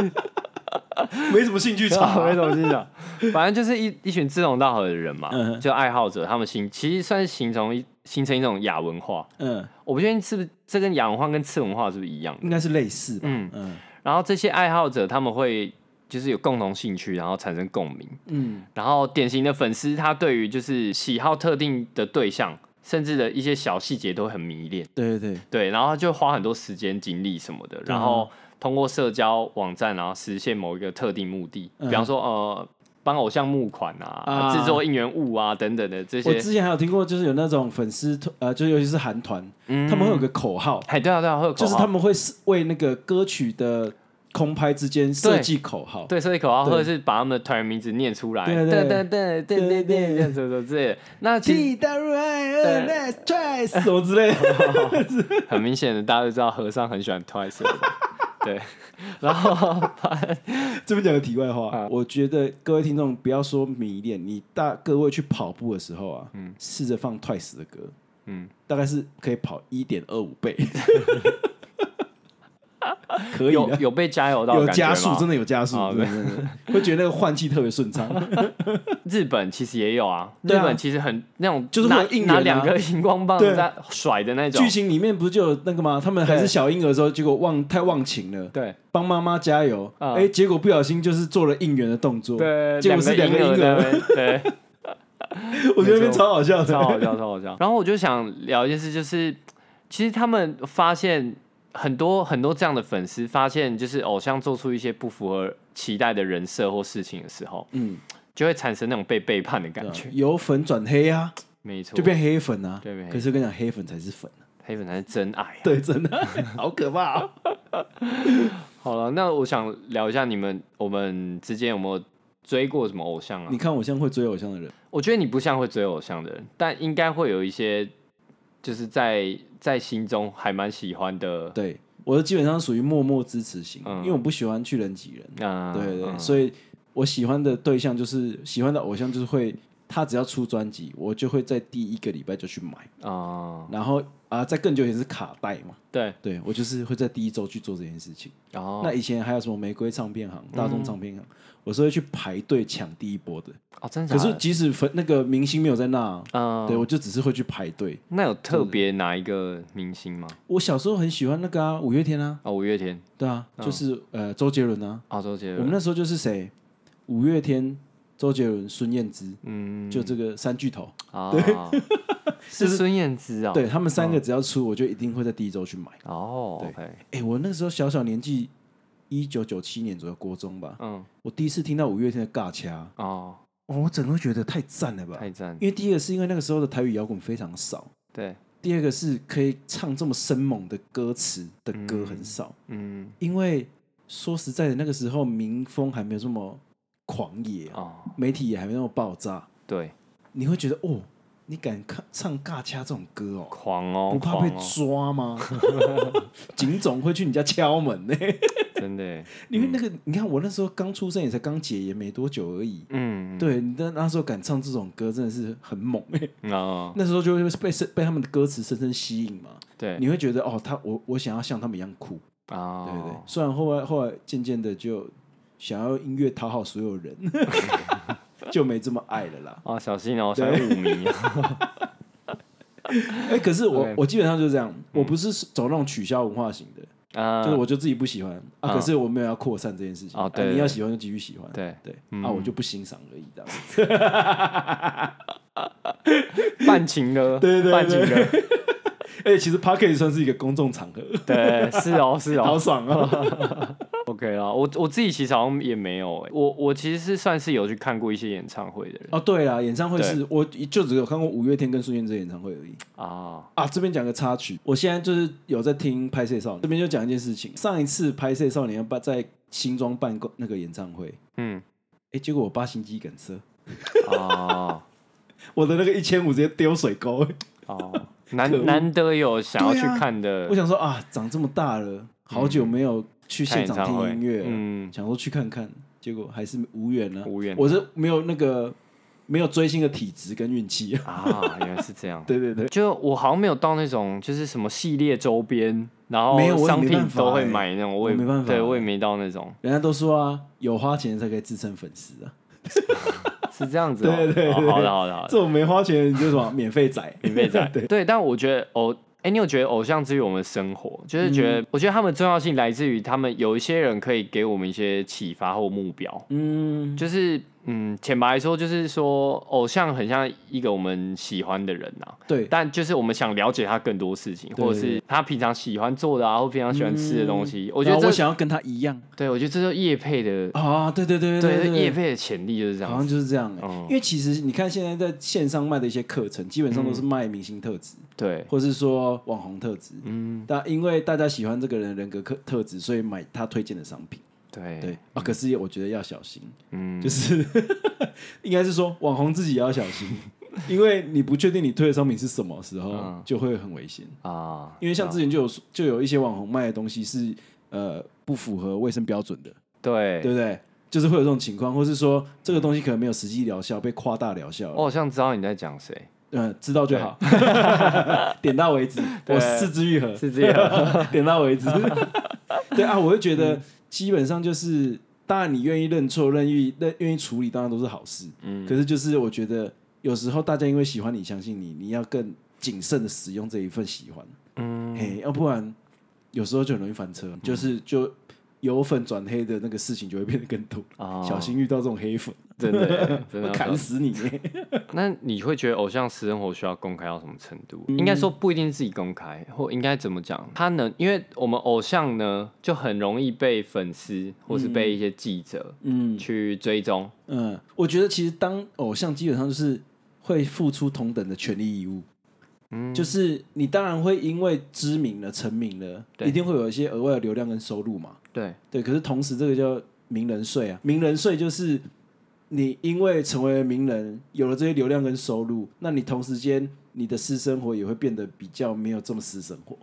[SPEAKER 2] 没什么
[SPEAKER 1] [LAUGHS]
[SPEAKER 2] 兴趣查。
[SPEAKER 1] 啊没什么事的，反正就是一一群志同道合的人嘛，
[SPEAKER 2] 嗯
[SPEAKER 1] 就爱好者，他们形其实算是形成一形成一种亚文化。
[SPEAKER 2] 嗯，
[SPEAKER 1] 我不确定是不是这跟亚文化跟次文化是不是一样的。
[SPEAKER 2] 应该是类似吧。
[SPEAKER 1] 嗯，
[SPEAKER 2] 嗯
[SPEAKER 1] 然后这些爱好者他们会就是有共同兴趣，然后产生共鸣。
[SPEAKER 2] 嗯，
[SPEAKER 1] 然后典型的粉丝，他对于就是喜好特定的对象，甚至的一些小细节都会很迷恋，
[SPEAKER 2] 对对对，
[SPEAKER 1] 对，然后他就花很多时间、精力什么的，
[SPEAKER 2] 嗯
[SPEAKER 1] 然后通过社交网站，然后实现某一个特定目的，
[SPEAKER 2] 嗯
[SPEAKER 1] 比方说呃。帮偶像募款啊、
[SPEAKER 2] 啊
[SPEAKER 1] 制作应援物啊等等的这
[SPEAKER 2] 我
[SPEAKER 1] 些。
[SPEAKER 2] 之前还有听过，就是有那种粉丝团，呃，就尤其是韩团，
[SPEAKER 1] 嗯
[SPEAKER 2] 他们会有个口号，
[SPEAKER 1] 哎，对啊，对啊，会有口
[SPEAKER 2] 就是
[SPEAKER 1] 号
[SPEAKER 2] 他们会是为那个歌曲的空拍之间设计口号。
[SPEAKER 1] 对，所以口号
[SPEAKER 2] 对
[SPEAKER 1] 或者是把他们的团员名字念出来，
[SPEAKER 2] 对对
[SPEAKER 1] 对对对对
[SPEAKER 2] 对
[SPEAKER 1] 对，
[SPEAKER 2] 对
[SPEAKER 1] 这样子之类的。那其实
[SPEAKER 2] T W I N S Twice 什么之类的，
[SPEAKER 1] [LAUGHS] 很明显的，大家都知道和尚很喜欢 Twice，了吧对。然后
[SPEAKER 2] 这边讲个题外话
[SPEAKER 1] 啊，
[SPEAKER 2] 我觉得各位听众不要说迷恋，你大各位去跑步的时候啊，试着放 Twice 的歌，
[SPEAKER 1] 嗯，
[SPEAKER 2] 大概是可以跑一点二五倍， [LAUGHS] 可以
[SPEAKER 1] 有
[SPEAKER 2] 的，
[SPEAKER 1] 有被加油到的
[SPEAKER 2] 有
[SPEAKER 1] 感觉
[SPEAKER 2] 加速，
[SPEAKER 1] 吗
[SPEAKER 2] 真的有加速，
[SPEAKER 1] 哦
[SPEAKER 2] 真的真的真的会觉得那个换气特别顺畅。
[SPEAKER 1] 日本其实也有啊，日
[SPEAKER 2] 对啊
[SPEAKER 1] 本其实很那种
[SPEAKER 2] 就是会
[SPEAKER 1] 拿
[SPEAKER 2] 有应援啊
[SPEAKER 1] 拿两个荧光棒
[SPEAKER 2] 对
[SPEAKER 1] 在甩的那种
[SPEAKER 2] 剧，情里面不是就有那个吗？他们还是小婴儿的时候，结果忘太忘情了，
[SPEAKER 1] 对
[SPEAKER 2] 帮妈妈加油，
[SPEAKER 1] 啊
[SPEAKER 2] 哎，结果不小心就是做了应援的动作，
[SPEAKER 1] 对，
[SPEAKER 2] 结果是两
[SPEAKER 1] 两个
[SPEAKER 2] 个婴
[SPEAKER 1] 婴
[SPEAKER 2] 儿，
[SPEAKER 1] 儿在那边对。
[SPEAKER 2] [LAUGHS] 我觉得那边超好
[SPEAKER 1] [LAUGHS]
[SPEAKER 2] 笑
[SPEAKER 1] 超好
[SPEAKER 2] 的。
[SPEAKER 1] 笑，超好笑。然后我就想聊一件事，就是其实他们发现很多很多这样的粉丝发现，就是偶像做出一些不符合期待的人设或事情的时候，
[SPEAKER 2] 嗯，
[SPEAKER 1] 就会产生那种被背叛的感觉。
[SPEAKER 2] 由粉转黑啊，
[SPEAKER 1] 没错，
[SPEAKER 2] 就变黑粉啊。
[SPEAKER 1] 啊对变黑粉
[SPEAKER 2] 可是我跟你讲，黑粉才是粉啊，
[SPEAKER 1] 黑粉才是真爱、啊。
[SPEAKER 2] 对，
[SPEAKER 1] [LAUGHS]
[SPEAKER 2] 真的好可怕哦。
[SPEAKER 1] 好了，那我想聊一下你们我们之间有没有追过什么偶像啊
[SPEAKER 2] 你？看我像会追偶像的人，
[SPEAKER 1] 我觉得你不像会追偶像的人，但应该会有一些就是在在心中还蛮喜欢的。
[SPEAKER 2] 对我基本上属于默默支持型，
[SPEAKER 1] 嗯
[SPEAKER 2] 因为我不喜欢去人挤人。
[SPEAKER 1] 啊
[SPEAKER 2] 对对，
[SPEAKER 1] 嗯
[SPEAKER 2] 所以我喜欢的对象就是喜欢的偶像，就是会他只要出专辑，我就会在第一个礼拜就去买，
[SPEAKER 1] 啊、
[SPEAKER 2] 然后啊，在更久以前是卡带嘛，
[SPEAKER 1] 对，
[SPEAKER 2] 对我就是会在第一周去做这件事情。
[SPEAKER 1] 然后
[SPEAKER 2] 那以前还有什么玫瑰唱片行、大众唱片行，我是会去排队抢第一波的。
[SPEAKER 1] 哦，嗯真的
[SPEAKER 2] 可
[SPEAKER 1] 假的
[SPEAKER 2] 是即使粉那个明星没有在那啊，
[SPEAKER 1] 嗯，
[SPEAKER 2] 对我就只是会去排队。
[SPEAKER 1] 那有特别哪一个明星吗？
[SPEAKER 2] 我小时候很喜欢那个啊，五月天啊，
[SPEAKER 1] 哦，五月天，
[SPEAKER 2] 对啊，就是呃周杰伦啊，
[SPEAKER 1] 澳洲杰
[SPEAKER 2] 我们
[SPEAKER 1] 伦，
[SPEAKER 2] 那时候就是谁，五月天、周杰伦、孙燕姿，
[SPEAKER 1] 嗯，
[SPEAKER 2] 就这个三巨头， [LAUGHS]
[SPEAKER 1] 啊， [LAUGHS] 是孙燕姿啊，
[SPEAKER 2] 对，他们三个只要出，我就一定会在第一周去买。
[SPEAKER 1] 哦，OK，
[SPEAKER 2] 哎，我那时候小小年纪，一九九七年左右，国中吧，
[SPEAKER 1] 嗯，
[SPEAKER 2] 我第一次听到五月天的《尬掐
[SPEAKER 1] 哦，》，
[SPEAKER 2] 哦，我整个觉得太赞了吧！
[SPEAKER 1] 太赞了，
[SPEAKER 2] 因为第一个是因为那个时候的台语摇滚非常少，
[SPEAKER 1] 对，
[SPEAKER 2] 第二个是可以唱这么生猛的歌词的歌很少，
[SPEAKER 1] 嗯，
[SPEAKER 2] 因为说实在的，那个时候民风还没有这么狂野、啊，
[SPEAKER 1] 哦，
[SPEAKER 2] 媒体也还没那么爆炸，
[SPEAKER 1] 对，
[SPEAKER 2] 你会觉得哦，你敢看唱尬掐这种歌哦，
[SPEAKER 1] 狂哦，
[SPEAKER 2] 不怕被
[SPEAKER 1] 狂哦，
[SPEAKER 2] 抓吗？哦警总会去你家敲门 [LAUGHS] 呢、
[SPEAKER 1] 真的耶，
[SPEAKER 2] 因为那个，你看我那时候刚出生，也才刚解严没多久而已。
[SPEAKER 1] 嗯，
[SPEAKER 2] 对，你那那时候敢唱这种歌，真的是很猛、欸。 [LAUGHS]
[SPEAKER 1] 嗯，哦，
[SPEAKER 2] 那时候就会被深被他们的歌词深深吸引嘛，
[SPEAKER 1] 对，
[SPEAKER 2] 你会觉得哦，他我我想要像他们一样酷，
[SPEAKER 1] 啊，
[SPEAKER 2] 对对对。虽然后来后来渐渐的就想要音乐讨好所有
[SPEAKER 1] [LAUGHS]
[SPEAKER 2] 人， [LAUGHS] 就没这么爱了啦。
[SPEAKER 1] 啊，小心哦，小心舞迷，
[SPEAKER 2] 哎、可是我
[SPEAKER 1] OK
[SPEAKER 2] 我基本上就是这样，
[SPEAKER 1] 嗯
[SPEAKER 2] 我不是走那种取消文化型的，
[SPEAKER 1] 啊，
[SPEAKER 2] [LAUGHS] 就是我就自己不喜欢啊，
[SPEAKER 1] 嗯
[SPEAKER 2] 可是我没有要扩散这件事情
[SPEAKER 1] 哦对
[SPEAKER 2] 啊
[SPEAKER 1] 对
[SPEAKER 2] 你要喜欢就继续喜欢，
[SPEAKER 1] 对
[SPEAKER 2] 对，
[SPEAKER 1] 嗯
[SPEAKER 2] 啊，我就不欣赏而已，
[SPEAKER 1] [LAUGHS]
[SPEAKER 2] 这样。
[SPEAKER 1] 半情歌，
[SPEAKER 2] 对对对
[SPEAKER 1] 半情歌，
[SPEAKER 2] 哎，其实 p a r k e t 算是一个公众场合，
[SPEAKER 1] 对，是哦，是哦，
[SPEAKER 2] 好
[SPEAKER 1] [LAUGHS]
[SPEAKER 2] 爽啊！
[SPEAKER 1] OK 啦，我我自己其实好像也没有、欸，我我其实是算是有去看过一些演唱会的人
[SPEAKER 2] 哦，对啦，演唱会
[SPEAKER 1] 对
[SPEAKER 2] 是我就只有看过五月天跟孙燕姿的演唱会而已
[SPEAKER 1] 啊，
[SPEAKER 2] 啊。这边讲个插曲，我现在就是有在听《拍摄少年》，这边就讲一件事情。上一次《拍摄少年》要办在新庄办公那个演唱会，
[SPEAKER 1] 嗯
[SPEAKER 2] 哎，结果我爸心肌梗塞，
[SPEAKER 1] 啊
[SPEAKER 2] 我的那个一千五直接丢水沟。哎 [LAUGHS]
[SPEAKER 1] 哦，
[SPEAKER 2] 可
[SPEAKER 1] 难
[SPEAKER 2] 恶
[SPEAKER 1] 难得有想要去
[SPEAKER 2] 对啊
[SPEAKER 1] 看的
[SPEAKER 2] 我想说啊，长这么大了，好久没有去
[SPEAKER 1] 看演
[SPEAKER 2] 现场
[SPEAKER 1] 唱会，
[SPEAKER 2] 听音乐了， [LAUGHS]
[SPEAKER 1] 嗯，
[SPEAKER 2] 想说去看看，结果还是无缘了、
[SPEAKER 1] 无缘啊
[SPEAKER 2] 我是没有那个没有追星的体质跟运气、啊。。
[SPEAKER 1] 啊，原来是这样
[SPEAKER 2] 对对对，
[SPEAKER 1] 就我好像没有到那种就是什么系列周边，然后
[SPEAKER 2] 没有我也
[SPEAKER 1] 商
[SPEAKER 2] 没办
[SPEAKER 1] 品
[SPEAKER 2] 法
[SPEAKER 1] 都会
[SPEAKER 2] 欸
[SPEAKER 1] 买那种，我也
[SPEAKER 2] 我没办法
[SPEAKER 1] 对
[SPEAKER 2] 欸
[SPEAKER 1] 我也没到那种，
[SPEAKER 2] 人家都说啊，有花钱才可以自称粉丝啊，
[SPEAKER 1] 是这样子、哦。
[SPEAKER 2] [LAUGHS] 对对对
[SPEAKER 1] 哦，好的好的好的，
[SPEAKER 2] 这种没花钱你就什么免费仔。
[SPEAKER 1] [LAUGHS] 免费
[SPEAKER 2] [LAUGHS]
[SPEAKER 1] 仔。啊对，但我觉得偶，哎、你有觉得偶像之于我们生活，就是觉
[SPEAKER 2] 嗯
[SPEAKER 1] 得，我觉得他们重要性来自于他们有一些人可以给我们一些启发或目标，
[SPEAKER 2] 嗯，
[SPEAKER 1] 就是嗯，浅白说就是说，偶像很像一个我们喜欢的人呐、啊
[SPEAKER 2] 对，
[SPEAKER 1] 但就是我们想了解他更多事情，
[SPEAKER 2] 对嗯
[SPEAKER 1] 或者是他平常喜欢做的啊，或平常喜欢吃的东西。我觉得
[SPEAKER 2] 然
[SPEAKER 1] 这，
[SPEAKER 2] 后我想要跟他一样
[SPEAKER 1] 对我觉得这就是业配的，
[SPEAKER 2] 啊，对对对
[SPEAKER 1] 对
[SPEAKER 2] 对
[SPEAKER 1] 业配的潜力就是这
[SPEAKER 2] 好
[SPEAKER 1] 样
[SPEAKER 2] 像
[SPEAKER 1] 子。
[SPEAKER 2] 就是这样、欸
[SPEAKER 1] 嗯
[SPEAKER 2] 因为其实你看现在在线上卖的一些课程，基本上都是卖明星特质，
[SPEAKER 1] 对，
[SPEAKER 2] 或是说网红特质。
[SPEAKER 1] 嗯，
[SPEAKER 2] 但因为大家喜欢这个人的人格特特质，所以买他推荐的商品。
[SPEAKER 1] 对，
[SPEAKER 2] 对啊，可是我觉得要小心，
[SPEAKER 1] 嗯，
[SPEAKER 2] 就是 [LAUGHS] 应该是说网红自己也要小心，因为你不确定你推的商品是什么时候
[SPEAKER 1] 嗯，
[SPEAKER 2] 就会很危险。
[SPEAKER 1] 啊，
[SPEAKER 2] 因为像之前就有就有一些网红卖的东西是呃不符合卫生标准的，
[SPEAKER 1] 对，
[SPEAKER 2] 对不对？就是会有这种情况，或是说这个东西可能没有实际疗效，被夸大疗效了。
[SPEAKER 1] 我好像知道你在讲谁，
[SPEAKER 2] 嗯，知道就好，点到为止。
[SPEAKER 1] 对
[SPEAKER 2] 我啊四肢愈合，
[SPEAKER 1] 是这样，
[SPEAKER 2] 点到为止。 [LAUGHS] 对啊，我就觉得基本上就是，当然你愿意认错、愿意认、愿意处理，当然都是好事。
[SPEAKER 1] 嗯
[SPEAKER 2] 可是就是我觉得有时候大家因为喜欢你、相信你，你要更谨慎的使用这一份喜欢，
[SPEAKER 1] 嗯，
[SPEAKER 2] 嘿，要不然有时候就很容易翻车，就是就由粉转黑的那个事情就会变得更多。
[SPEAKER 1] 哦
[SPEAKER 2] 小，心遇到这种黑粉，
[SPEAKER 1] 真的
[SPEAKER 2] [LAUGHS]
[SPEAKER 1] 耶，真
[SPEAKER 2] 会
[SPEAKER 1] 的要
[SPEAKER 2] 砍
[SPEAKER 1] 小
[SPEAKER 2] 死
[SPEAKER 1] [LAUGHS]
[SPEAKER 2] 你。
[SPEAKER 1] 那你会觉得偶像私生活需要公开到什么程度？
[SPEAKER 2] 嗯
[SPEAKER 1] 应该说不一定是自己公开，或应该怎么讲？他能，因为我们偶像呢，就很容易被粉丝或是被一些记者
[SPEAKER 2] 嗯，
[SPEAKER 1] 去追踪。
[SPEAKER 2] 嗯，我觉得其实当偶像基本上就是会付出同等的权利义务，
[SPEAKER 1] 嗯，
[SPEAKER 2] 就是你当然会因为知名了、成名了，
[SPEAKER 1] 对
[SPEAKER 2] 一定会有一些额外的流量跟收入嘛。
[SPEAKER 1] 对，
[SPEAKER 2] 对，可是同时这个叫名人税啊，名人税就是你因为成为了名人，有了这些流量跟收入，那你同时间你的私生活也会变得比较没有这么私生活，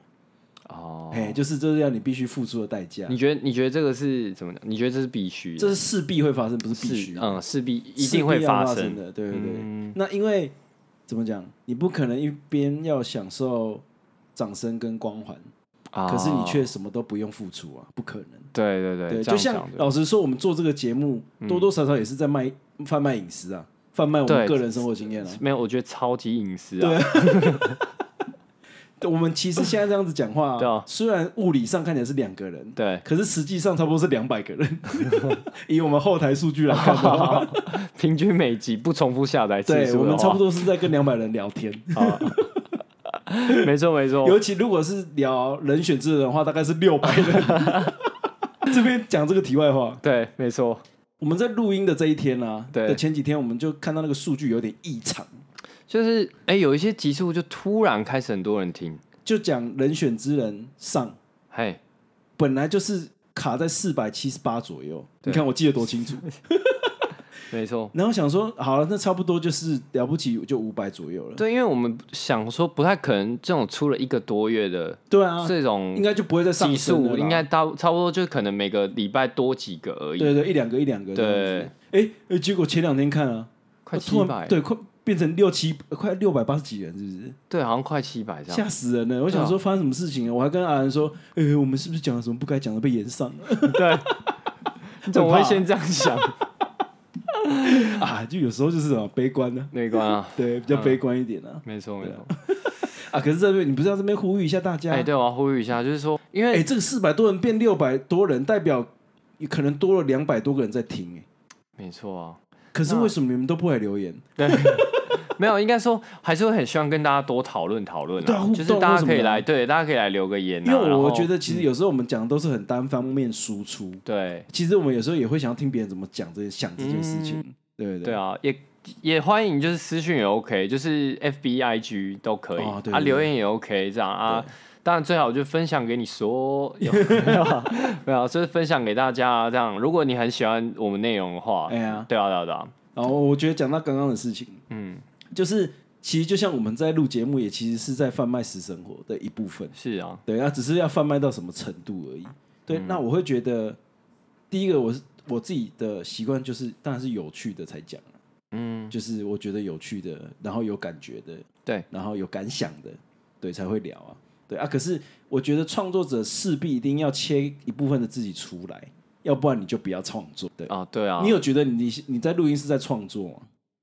[SPEAKER 1] 哦，
[SPEAKER 2] 哎、就是这是要你必须付出的代价
[SPEAKER 1] 你，觉得你觉得这个是怎么讲？你觉得这是必须的？
[SPEAKER 2] 这是势必会发生，不是必须
[SPEAKER 1] 是嗯，势必一
[SPEAKER 2] 势必
[SPEAKER 1] 定会
[SPEAKER 2] 要
[SPEAKER 1] 发
[SPEAKER 2] 生
[SPEAKER 1] 生。
[SPEAKER 2] 的，对对对。
[SPEAKER 1] 嗯
[SPEAKER 2] 那因为怎么讲，你不可能一边要享受掌声跟光环，
[SPEAKER 1] 啊
[SPEAKER 2] 可是你却什么都不用付出啊，不可能。
[SPEAKER 1] 对对对，
[SPEAKER 2] 对，
[SPEAKER 1] 这
[SPEAKER 2] 就
[SPEAKER 1] 样
[SPEAKER 2] 像
[SPEAKER 1] 讲的嗯
[SPEAKER 2] 老实说，我们做这个节目，多多少少也是在卖贩卖饮食啊，贩卖我
[SPEAKER 1] 对
[SPEAKER 2] 们个人生活经验啊。
[SPEAKER 1] 没有，我觉得超级隐私啊。
[SPEAKER 2] 我们其实现在这样子讲
[SPEAKER 1] [LAUGHS]
[SPEAKER 2] 话
[SPEAKER 1] 对啊，
[SPEAKER 2] 虽然物理上看起来是两个人，
[SPEAKER 1] 对，
[SPEAKER 2] 可是实际上差不多是两百
[SPEAKER 1] [LAUGHS]
[SPEAKER 2] 个人，以我们后台数据来看的话，
[SPEAKER 1] 平均每集不重复下载次
[SPEAKER 2] 对
[SPEAKER 1] 数的
[SPEAKER 2] 我们差
[SPEAKER 1] 话
[SPEAKER 2] 不多是在跟两百人聊
[SPEAKER 1] [LAUGHS]
[SPEAKER 2] 天。
[SPEAKER 1] 没错没错，
[SPEAKER 2] 尤其如果是聊人选之人的话，大概是六百人。
[SPEAKER 1] [LAUGHS]
[SPEAKER 2] 这边讲这个题外话，
[SPEAKER 1] 对，没错。
[SPEAKER 2] 我们在录音的这一天啊，
[SPEAKER 1] 对
[SPEAKER 2] 的前几天我们就看到那个数据有点异常，
[SPEAKER 1] 就是哎、有一些集数就突然开始很多人听，
[SPEAKER 2] 就讲人选之人上
[SPEAKER 1] 嘿，
[SPEAKER 2] 本来就是卡在四百七十八左右，
[SPEAKER 1] 对
[SPEAKER 2] 你看我记得多
[SPEAKER 1] [LAUGHS]
[SPEAKER 2] 清楚。
[SPEAKER 1] 没错，
[SPEAKER 2] 然后想说，好了，那差不多就是了不起就五百左右了。
[SPEAKER 1] 对，因为我们想说不太可能这种出了一个多月的、
[SPEAKER 2] 对啊，
[SPEAKER 1] 这种
[SPEAKER 2] 应该就不会再上
[SPEAKER 1] 集
[SPEAKER 2] 升了
[SPEAKER 1] 数，
[SPEAKER 2] 啦
[SPEAKER 1] 应该到差不多就可能每个礼拜多几个而已，
[SPEAKER 2] 对对一两个一两个这样子。哎、诶结果前两天看啊，
[SPEAKER 1] 快
[SPEAKER 2] 突
[SPEAKER 1] 七
[SPEAKER 2] 然
[SPEAKER 1] 百，
[SPEAKER 2] 对，快变成六七快六百八十几人，是不是？
[SPEAKER 1] 对，好像快七百这样，啊
[SPEAKER 2] 吓死人了！我想说发生什么事情了，我还跟阿兰说，呃、我们是不是讲了什么不该讲的被延上了
[SPEAKER 1] [LAUGHS]
[SPEAKER 2] [LAUGHS]
[SPEAKER 1] 对，你怎么
[SPEAKER 2] 很
[SPEAKER 1] 会
[SPEAKER 2] 怕
[SPEAKER 1] 先这样想？
[SPEAKER 2] [LAUGHS] 啊？就有时候就是什么悲观呢、
[SPEAKER 1] 没关啊，
[SPEAKER 2] 对，比较悲观一点啊。
[SPEAKER 1] 没错没错，
[SPEAKER 2] 啊，可是这边你不是要这边呼吁一下大家？
[SPEAKER 1] 哎、对，我要呼吁一下，就是说，因
[SPEAKER 2] 啊哎、
[SPEAKER 1] 为
[SPEAKER 2] 这个四百多人变六百多人，代表也可能多了两百多个人在听、哎，
[SPEAKER 1] 没错啊，
[SPEAKER 2] 可是为什么你们都不来留言？
[SPEAKER 1] 对， [LAUGHS] 没有，应该说还是会很希望跟大家多讨论讨论
[SPEAKER 2] 对啊
[SPEAKER 1] 啊
[SPEAKER 2] 互，动
[SPEAKER 1] 就是大
[SPEAKER 2] 或
[SPEAKER 1] 家
[SPEAKER 2] 什
[SPEAKER 1] 可以
[SPEAKER 2] 么的啊
[SPEAKER 1] 来，对，大家可以来留个言、啊，
[SPEAKER 2] 因为我
[SPEAKER 1] 然后
[SPEAKER 2] 觉得其实有时候我们讲的都是很单方面输出，
[SPEAKER 1] 对
[SPEAKER 2] 其实我们有时候也会想要听别人怎么讲这些想这件事情，对不
[SPEAKER 1] 对啊，也也欢迎就是私讯也 OK，就是 F B I G 都可以、
[SPEAKER 2] 哦对
[SPEAKER 1] 啊，
[SPEAKER 2] 对
[SPEAKER 1] 留言也 OK 这样啊。当然最好就分享给你说，
[SPEAKER 2] [LAUGHS]
[SPEAKER 1] 有 [LAUGHS] 没有啊没有啊，就是分享给大家啊这样。如果你很喜欢我们内容的话，
[SPEAKER 2] 哎呀
[SPEAKER 1] 对啊对啊对啊，
[SPEAKER 2] 然后我觉得讲到刚刚的事情，
[SPEAKER 1] 嗯，
[SPEAKER 2] 就是其实就像我们在录节目，也其实是在贩卖私生活的一部分。
[SPEAKER 1] 是啊，
[SPEAKER 2] 对，那只是要贩卖到什么程度而已。对，
[SPEAKER 1] 嗯
[SPEAKER 2] 那我会觉得，第一个我是我自己的习惯就是，当然是有趣的才讲啊，
[SPEAKER 1] 嗯，
[SPEAKER 2] 就是我觉得有趣的，然后有感觉的，
[SPEAKER 1] 对，
[SPEAKER 2] 然后有感想的，对，才会聊啊。对啊，可是我觉得创作者势必一定要切一部分的自己出来，要不然你就不要创作。对，
[SPEAKER 1] 啊对啊
[SPEAKER 2] 你，有觉得你你在录音是在创作吗？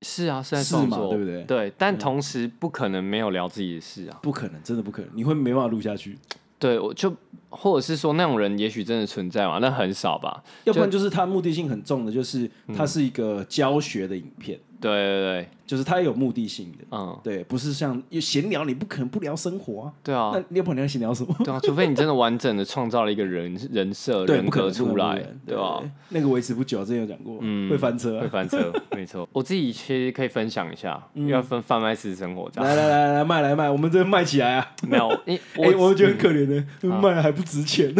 [SPEAKER 1] 是啊是在
[SPEAKER 2] 是嘛
[SPEAKER 1] 创作
[SPEAKER 2] 对不对
[SPEAKER 1] 对，但同时不可能没有聊自己的事啊。
[SPEAKER 2] 不可能，真的不可能，你会没办法录下去。
[SPEAKER 1] 对，我就或者是说那种人也许真的存在嘛，那很少吧。
[SPEAKER 2] 要不然就是它目的性很重的，就是
[SPEAKER 1] 嗯
[SPEAKER 2] 它是一个教学的影片，
[SPEAKER 1] 对对对，
[SPEAKER 2] 就是它有目的性的。
[SPEAKER 1] 嗯，
[SPEAKER 2] 对，不是像闲聊，你不可能不聊生活啊。
[SPEAKER 1] 对啊，
[SPEAKER 2] 那你要不然你要闲聊什么？
[SPEAKER 1] [LAUGHS] 对啊，除非你真的完整的创造了一个人 [LAUGHS] 人设
[SPEAKER 2] 对，
[SPEAKER 1] 人
[SPEAKER 2] 不可
[SPEAKER 1] 格
[SPEAKER 2] 能
[SPEAKER 1] 出来，对
[SPEAKER 2] 对
[SPEAKER 1] 吧？？
[SPEAKER 2] 那个维持不久，之前有讲过，
[SPEAKER 1] 嗯
[SPEAKER 2] 会翻车啊
[SPEAKER 1] 会。翻车，没
[SPEAKER 2] [LAUGHS]
[SPEAKER 1] 错。我自己其实可以分享一下，
[SPEAKER 2] 嗯
[SPEAKER 1] 因为要分贩卖私生活
[SPEAKER 2] [LAUGHS]
[SPEAKER 1] 这样。
[SPEAKER 2] 来来来来卖来卖，我们这卖起来啊！
[SPEAKER 1] 没有，你
[SPEAKER 2] 哎，
[SPEAKER 1] 我嗯啊
[SPEAKER 2] 我觉得很可怜的，卖了还不值钱。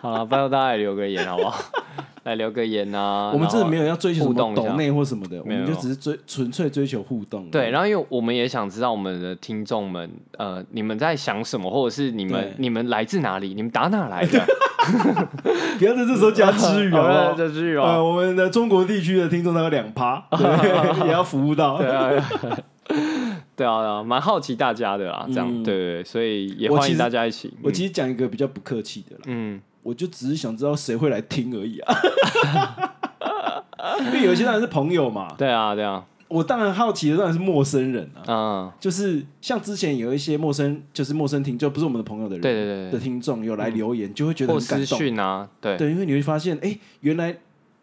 [SPEAKER 1] 好了，拜托大家来留个言好不好？来留个言啊！
[SPEAKER 2] [LAUGHS] 我们真的没
[SPEAKER 1] 有
[SPEAKER 2] 有要追求什
[SPEAKER 1] 互
[SPEAKER 2] 么
[SPEAKER 1] 动一下
[SPEAKER 2] 抖内或什么的，我
[SPEAKER 1] 没有
[SPEAKER 2] 们就只是追纯粹追求互动。
[SPEAKER 1] 对，，然后因为我们也想知道我们的听众们，呃，你们在想什么，或者是你们
[SPEAKER 2] 对
[SPEAKER 1] 你们来自哪里，你们打哪来
[SPEAKER 2] [LAUGHS]
[SPEAKER 1] 的？
[SPEAKER 2] 不要在这时候加之
[SPEAKER 1] [LAUGHS]
[SPEAKER 2] 语好不好？
[SPEAKER 1] 这是
[SPEAKER 2] 呃，
[SPEAKER 1] 哦，
[SPEAKER 2] 我们的中国地区的听众大概两趴，
[SPEAKER 1] [LAUGHS]
[SPEAKER 2] 对也要服务到。
[SPEAKER 1] 对啊。对 [LAUGHS] 啊对啊，对啊蛮好奇大家的啦，这样、
[SPEAKER 2] 嗯
[SPEAKER 1] 对对对，所以也
[SPEAKER 2] 我
[SPEAKER 1] 欢
[SPEAKER 2] 其
[SPEAKER 1] 迎
[SPEAKER 2] 实
[SPEAKER 1] 大家一起。
[SPEAKER 2] [LAUGHS] 我其实讲一个比较不客气的啦，
[SPEAKER 1] 嗯，
[SPEAKER 2] 我就只是想知道谁会来听而已啊。 [LAUGHS] 因为有些当然是朋友嘛，
[SPEAKER 1] 对啊，对啊，
[SPEAKER 2] 我当然好奇的当然是陌生人啊。
[SPEAKER 1] 嗯，
[SPEAKER 2] 就是像之前有一些陌生，就是陌生听，就不是我们的朋友的人，
[SPEAKER 1] 对对
[SPEAKER 2] 的
[SPEAKER 1] 对
[SPEAKER 2] 听众有来留言，就会觉
[SPEAKER 1] 对，
[SPEAKER 2] 得
[SPEAKER 1] 或
[SPEAKER 2] 很感
[SPEAKER 1] 私
[SPEAKER 2] 动。
[SPEAKER 1] 讯啊，对
[SPEAKER 2] 对，因为你会发现，哎、原来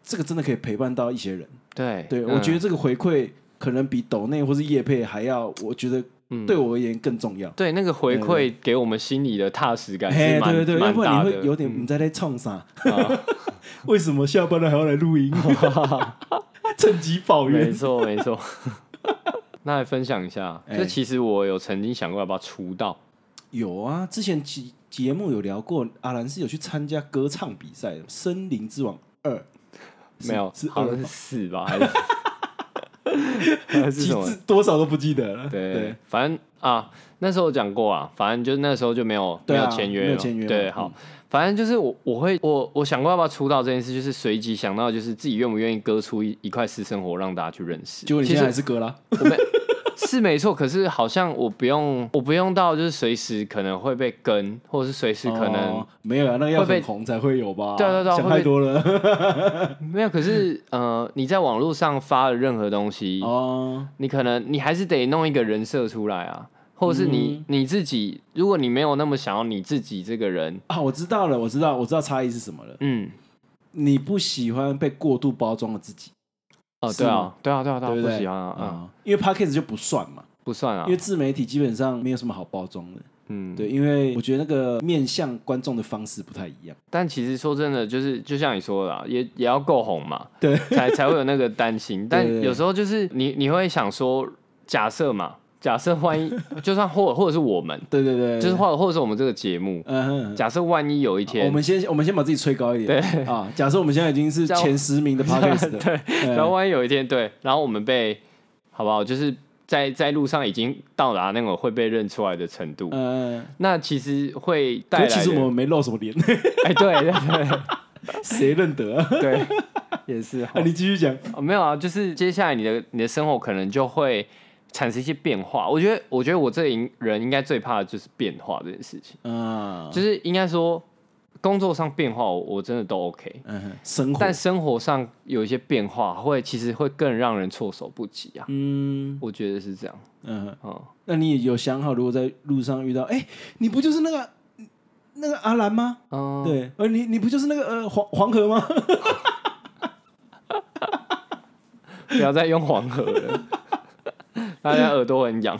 [SPEAKER 2] 这个真的可以陪伴到一些人。
[SPEAKER 1] 对
[SPEAKER 2] 对，
[SPEAKER 1] 嗯
[SPEAKER 2] 我觉得这个回馈可能比抖内或是叶配还要，我觉得
[SPEAKER 1] 嗯
[SPEAKER 2] 对我而言更重要。
[SPEAKER 1] 对那个回
[SPEAKER 2] 对
[SPEAKER 1] 馈给我们心里的踏实感
[SPEAKER 2] 嘿
[SPEAKER 1] 是蛮
[SPEAKER 2] 对对对，要
[SPEAKER 1] 蛮
[SPEAKER 2] 不
[SPEAKER 1] 大
[SPEAKER 2] 然
[SPEAKER 1] 的嗯 [LAUGHS]
[SPEAKER 2] 你，会有点你在在冲啥？
[SPEAKER 1] 啊
[SPEAKER 2] [LAUGHS] 为什么下班了还要来
[SPEAKER 1] [LAUGHS]
[SPEAKER 2] 录音？趁机抱
[SPEAKER 1] 没
[SPEAKER 2] 怨。
[SPEAKER 1] 错没
[SPEAKER 2] [LAUGHS]
[SPEAKER 1] 错。那来分享一下，
[SPEAKER 2] 哎
[SPEAKER 1] 就其实我有曾经想过要不要出道，
[SPEAKER 2] 有啊，之前节节目有聊过，阿兰是有去参加歌唱比赛的，《森林之王二》是
[SPEAKER 1] 没有
[SPEAKER 2] 是，呃
[SPEAKER 1] 好
[SPEAKER 2] 二
[SPEAKER 1] 像是
[SPEAKER 2] 吗
[SPEAKER 1] 四吧，
[SPEAKER 2] [LAUGHS]
[SPEAKER 1] 还是还是
[SPEAKER 2] 其
[SPEAKER 1] 什么？
[SPEAKER 2] 实多少都不记得 [LAUGHS] 了。
[SPEAKER 1] 对，反正啊，那时候讲过啊，反正就那时候就没有、
[SPEAKER 2] 对啊
[SPEAKER 1] 有签约了，
[SPEAKER 2] 没有签约嘛
[SPEAKER 1] 对，
[SPEAKER 2] 嗯
[SPEAKER 1] 好，反正就是我我会我我想过要不要出道这件事，就是随即想到就是自己愿不愿意割出一一块私生活让大家去认识。
[SPEAKER 2] 结果你
[SPEAKER 1] 其
[SPEAKER 2] 现
[SPEAKER 1] 实
[SPEAKER 2] 在还是歌啦。
[SPEAKER 1] 我没 [LAUGHS] 是没错，可是好像我不用我不用到就是随时可能会被跟，或者是随时可能、
[SPEAKER 2] 哦没有啊，那个要
[SPEAKER 1] 会被
[SPEAKER 2] 很红才会有吧？
[SPEAKER 1] 对对对
[SPEAKER 2] 想
[SPEAKER 1] 会被
[SPEAKER 2] 太多
[SPEAKER 1] [LAUGHS]
[SPEAKER 2] 了。
[SPEAKER 1] 没有。可是呃，你在网络上发的任何东西，
[SPEAKER 2] 哦，
[SPEAKER 1] 你可能你还是得弄一个人设出来啊，或者是你、
[SPEAKER 2] 嗯
[SPEAKER 1] 你自己，如果你没有那么想要你自己这个人，
[SPEAKER 2] 啊，我知道了，我知道，我知道差异是什么了。
[SPEAKER 1] 嗯，
[SPEAKER 2] 你不喜欢被过度包装的自己，
[SPEAKER 1] 哦，
[SPEAKER 2] 是
[SPEAKER 1] 对
[SPEAKER 2] 吗
[SPEAKER 1] 啊，对啊，对啊，对啊，
[SPEAKER 2] 对不
[SPEAKER 1] 不
[SPEAKER 2] 对？哦
[SPEAKER 1] 喜欢啊，嗯，
[SPEAKER 2] 因为 podcast 就不算嘛，
[SPEAKER 1] 不算啊
[SPEAKER 2] 因，为自媒体基本上没有什么好包装的。
[SPEAKER 1] 嗯，
[SPEAKER 2] 对，因为我觉得那个面向观众的方式不太一样。
[SPEAKER 1] 但其实说真的，就是就像你说的啦，也也要够红嘛，
[SPEAKER 2] [LAUGHS] 对，
[SPEAKER 1] 才才会有那个担
[SPEAKER 2] [LAUGHS]
[SPEAKER 1] 心。但
[SPEAKER 2] 对对对
[SPEAKER 1] 有时候就是你你会想说，假设嘛，假设万一 [LAUGHS] 就算或或者是我们，
[SPEAKER 2] 对对对，
[SPEAKER 1] 就是或或者是我们这个节目，
[SPEAKER 2] 嗯哼。
[SPEAKER 1] 假设万一有一天
[SPEAKER 2] 我们先我们先把自己吹高一点，啊，假设我们现在已经是
[SPEAKER 1] 这样
[SPEAKER 2] 前
[SPEAKER 1] [LAUGHS]
[SPEAKER 2] 十名的 podcast 的，
[SPEAKER 1] 对，然后万一有一天对，然后我们被好不好，就是在在路上已经到达那种会被认出来的程度，
[SPEAKER 2] 嗯，
[SPEAKER 1] 那其实会带
[SPEAKER 2] 可
[SPEAKER 1] 来
[SPEAKER 2] 是其实
[SPEAKER 1] 的
[SPEAKER 2] 我们没露什么
[SPEAKER 1] [LAUGHS]
[SPEAKER 2] 脸，
[SPEAKER 1] 哎，对对
[SPEAKER 2] 谁认得啊？
[SPEAKER 1] 对对，
[SPEAKER 2] [LAUGHS]
[SPEAKER 1] 也是哈
[SPEAKER 2] 啊，你继续讲，
[SPEAKER 1] 哦没有啊，就是接下来你的你的生活可能就会产生一些变化。我觉得，我觉得我这一人应该最怕的就是变化这件事情，
[SPEAKER 2] 啊，
[SPEAKER 1] 就是应该说工作上变化我我真的都 OK，
[SPEAKER 2] 嗯哼，生活，
[SPEAKER 1] 但生活上有一些变化会其实会更让人措手不及啊。
[SPEAKER 2] 嗯
[SPEAKER 1] 我觉得是这样，
[SPEAKER 2] 嗯哼，
[SPEAKER 1] 嗯，
[SPEAKER 2] 那你有想好，如果在路上遇到，哎、你不就是那个那个阿兰吗？
[SPEAKER 1] 嗯，
[SPEAKER 2] 对，呃，你你不就是那个呃黄黄河吗？
[SPEAKER 1] 不要再用黄河了， [LAUGHS] 大家耳朵很痒。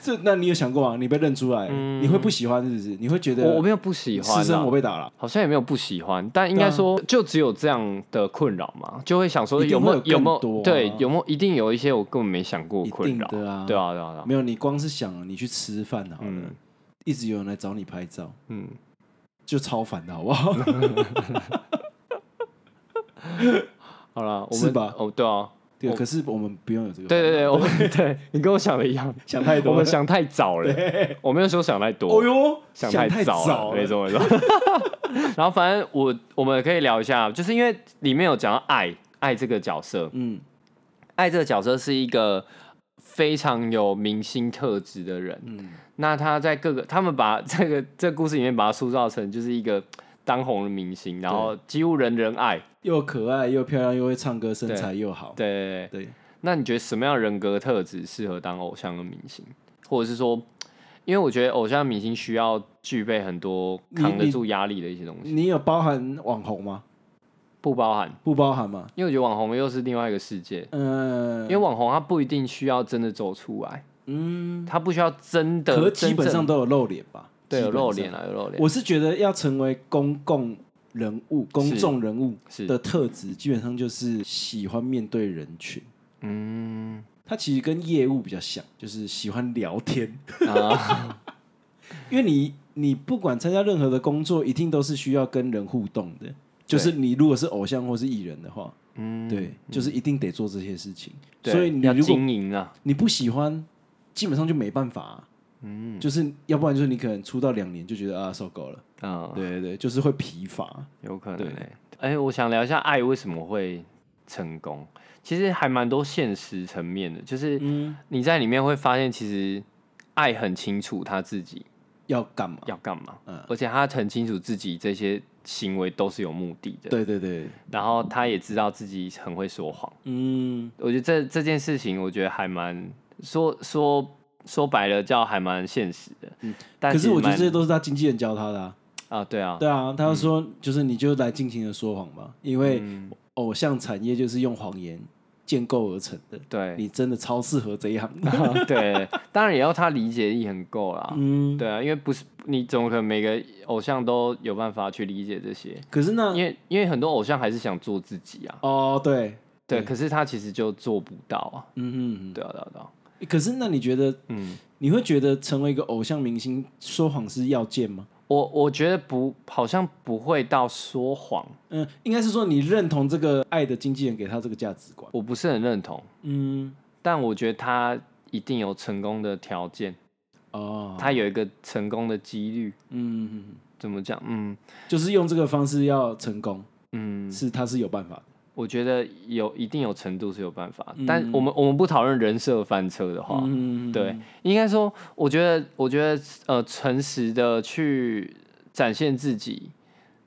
[SPEAKER 2] 这，那你有想过吗？你被认出来了，你会不喜欢是不是？你会觉得
[SPEAKER 1] 嗯我我没有不喜欢、啊，
[SPEAKER 2] 私生我被打了，
[SPEAKER 1] 好像也没有不喜欢，但应该说就只有这样的困扰嘛，就会想说
[SPEAKER 2] 一定
[SPEAKER 1] 有没
[SPEAKER 2] 会
[SPEAKER 1] 有有没
[SPEAKER 2] 有更多
[SPEAKER 1] 有
[SPEAKER 2] 啊
[SPEAKER 1] 对有没有一定有一些我根本没想过的困扰，
[SPEAKER 2] 一定的啊
[SPEAKER 1] 对啊对啊对啊，
[SPEAKER 2] 没有，你光是想你去吃饭好了，
[SPEAKER 1] 嗯
[SPEAKER 2] 一直有人来找你拍照，
[SPEAKER 1] 嗯，
[SPEAKER 2] 就超烦的好
[SPEAKER 1] [LAUGHS]
[SPEAKER 2] 不好？
[SPEAKER 1] 好啦，我
[SPEAKER 2] 是
[SPEAKER 1] 们
[SPEAKER 2] 吧
[SPEAKER 1] 哦对啊，
[SPEAKER 2] 对，
[SPEAKER 1] 我
[SPEAKER 2] 可是我们不用有这个， [LAUGHS]
[SPEAKER 1] 对对对，我们对你跟我想的一样，
[SPEAKER 2] 想太
[SPEAKER 1] 我
[SPEAKER 2] 多
[SPEAKER 1] 们
[SPEAKER 2] 了。
[SPEAKER 1] 想太早了，我没有说想太多
[SPEAKER 2] 哦，哟，
[SPEAKER 1] 想啊
[SPEAKER 2] 太
[SPEAKER 1] 早
[SPEAKER 2] 早
[SPEAKER 1] 没
[SPEAKER 2] 了，
[SPEAKER 1] 错没错。 [LAUGHS] 然后反正我我们可以聊一下，就是因为里面有讲到爱爱这个角色，
[SPEAKER 2] 嗯
[SPEAKER 1] 爱这个角色是一个非常有明星特质的人，
[SPEAKER 2] 嗯，
[SPEAKER 1] 那他在各个，他们把这个这故事里面把它塑造成就是一个当红的明星，然后几乎人人爱。
[SPEAKER 2] 又可爱又漂亮又会唱歌，身材又好，
[SPEAKER 1] 对对对。
[SPEAKER 2] 对，
[SPEAKER 1] 那你觉得什么样的人格特质适合当偶像的明星，或者是说因为我觉得偶像明星需要具备很多
[SPEAKER 2] 你
[SPEAKER 1] 扛得
[SPEAKER 2] 你
[SPEAKER 1] 住压力的一些东西，
[SPEAKER 2] 你有包含网红吗？
[SPEAKER 1] 不包含，
[SPEAKER 2] 不包含吗？
[SPEAKER 1] 因为我觉得网红又是另外一个世界。
[SPEAKER 2] 嗯、
[SPEAKER 1] 因为网红他不一定需要真的走出来，
[SPEAKER 2] 嗯，
[SPEAKER 1] 他不需要真的
[SPEAKER 2] 可是
[SPEAKER 1] 真
[SPEAKER 2] 基本
[SPEAKER 1] 正
[SPEAKER 2] 上都有露脸吧？
[SPEAKER 1] 对有
[SPEAKER 2] 基本上
[SPEAKER 1] 露脸。啊，有露脸。
[SPEAKER 2] 我是觉得要成为公共人物、公众人物
[SPEAKER 1] 是
[SPEAKER 2] 的特质，基本上就是喜欢面对人群。
[SPEAKER 1] 嗯
[SPEAKER 2] 它其实跟业务比较像，就是喜欢聊天，
[SPEAKER 1] 啊，
[SPEAKER 2] [LAUGHS] 因为你你不管参加任何的工作，一定都是需要跟人互动的。就是你如果是偶像或是艺人的话，
[SPEAKER 1] 嗯，
[SPEAKER 2] 对，就是一定得做这些事情。
[SPEAKER 1] 对，
[SPEAKER 2] 所以你
[SPEAKER 1] 要
[SPEAKER 2] 如果
[SPEAKER 1] 经营啊，
[SPEAKER 2] 你不喜欢，基本上就没办法、嗯，就是要不然就是你可能出道两年就觉得啊受够了，
[SPEAKER 1] 嗯，
[SPEAKER 2] 对对对，就是会疲乏。
[SPEAKER 1] 有可能
[SPEAKER 2] 对
[SPEAKER 1] 欸哎、我想聊一下爱为什么会成功。其实还蛮多现实层面的，就是
[SPEAKER 2] 嗯，
[SPEAKER 1] 你在里面会发现，其实爱很清楚他自己
[SPEAKER 2] 要干嘛？
[SPEAKER 1] 要干嘛，
[SPEAKER 2] 嗯
[SPEAKER 1] 而且他很清楚自己这些行为都是有目的的。
[SPEAKER 2] 对对对，
[SPEAKER 1] 然后他也知道自己很会说谎。
[SPEAKER 2] 嗯，
[SPEAKER 1] 我觉得这这件事情，我觉得还蛮说说说白了叫还蛮现实的。嗯，但
[SPEAKER 2] 可是我觉得
[SPEAKER 1] 蛮
[SPEAKER 2] 这些都是他经纪人教他的、啊。
[SPEAKER 1] 啊，对啊，
[SPEAKER 2] 对啊，他就说就是你就来尽情的说谎吧，因为
[SPEAKER 1] 嗯
[SPEAKER 2] 偶像产业就是用谎言建构而成的，
[SPEAKER 1] 对，
[SPEAKER 2] 你真的超适合这
[SPEAKER 1] [LAUGHS]
[SPEAKER 2] 一行。
[SPEAKER 1] 对，当然也要他理解力很够啦。
[SPEAKER 2] 嗯， [LAUGHS]
[SPEAKER 1] 对啊，因为不是你怎么可能每个偶像都有办法去理解这些？
[SPEAKER 2] 可是那
[SPEAKER 1] 因为因为很多偶像还是想做自己啊，
[SPEAKER 2] 哦对，
[SPEAKER 1] 对，
[SPEAKER 2] 对
[SPEAKER 1] 可是他其实就做不到啊。
[SPEAKER 2] 嗯嗯
[SPEAKER 1] 对啊，对啊，对啊，
[SPEAKER 2] 嗯，可是那你觉得
[SPEAKER 1] 嗯，
[SPEAKER 2] 你会觉得成为一个偶像明星说谎是要件吗？
[SPEAKER 1] 我我觉得不，好像不会到说谎，
[SPEAKER 2] 嗯，应该是说你认同这个爱的经纪人给他这个价值观。
[SPEAKER 1] 我不是很认同，
[SPEAKER 2] 嗯，
[SPEAKER 1] 但我觉得他一定有成功的条件，
[SPEAKER 2] 哦，
[SPEAKER 1] 他有一个成功的几率。
[SPEAKER 2] 嗯嗯，嗯
[SPEAKER 1] 怎么讲？嗯
[SPEAKER 2] 就是用这个方式要成功，
[SPEAKER 1] 嗯，
[SPEAKER 2] 是他是有办法的。
[SPEAKER 1] 我觉得有一定有程度是有办法，
[SPEAKER 2] 嗯
[SPEAKER 1] 但我们我们不讨论人设翻车的话，
[SPEAKER 2] 嗯，嗯嗯嗯
[SPEAKER 1] 对，应该说，我觉得，我觉得，呃，诚实的去展现自己，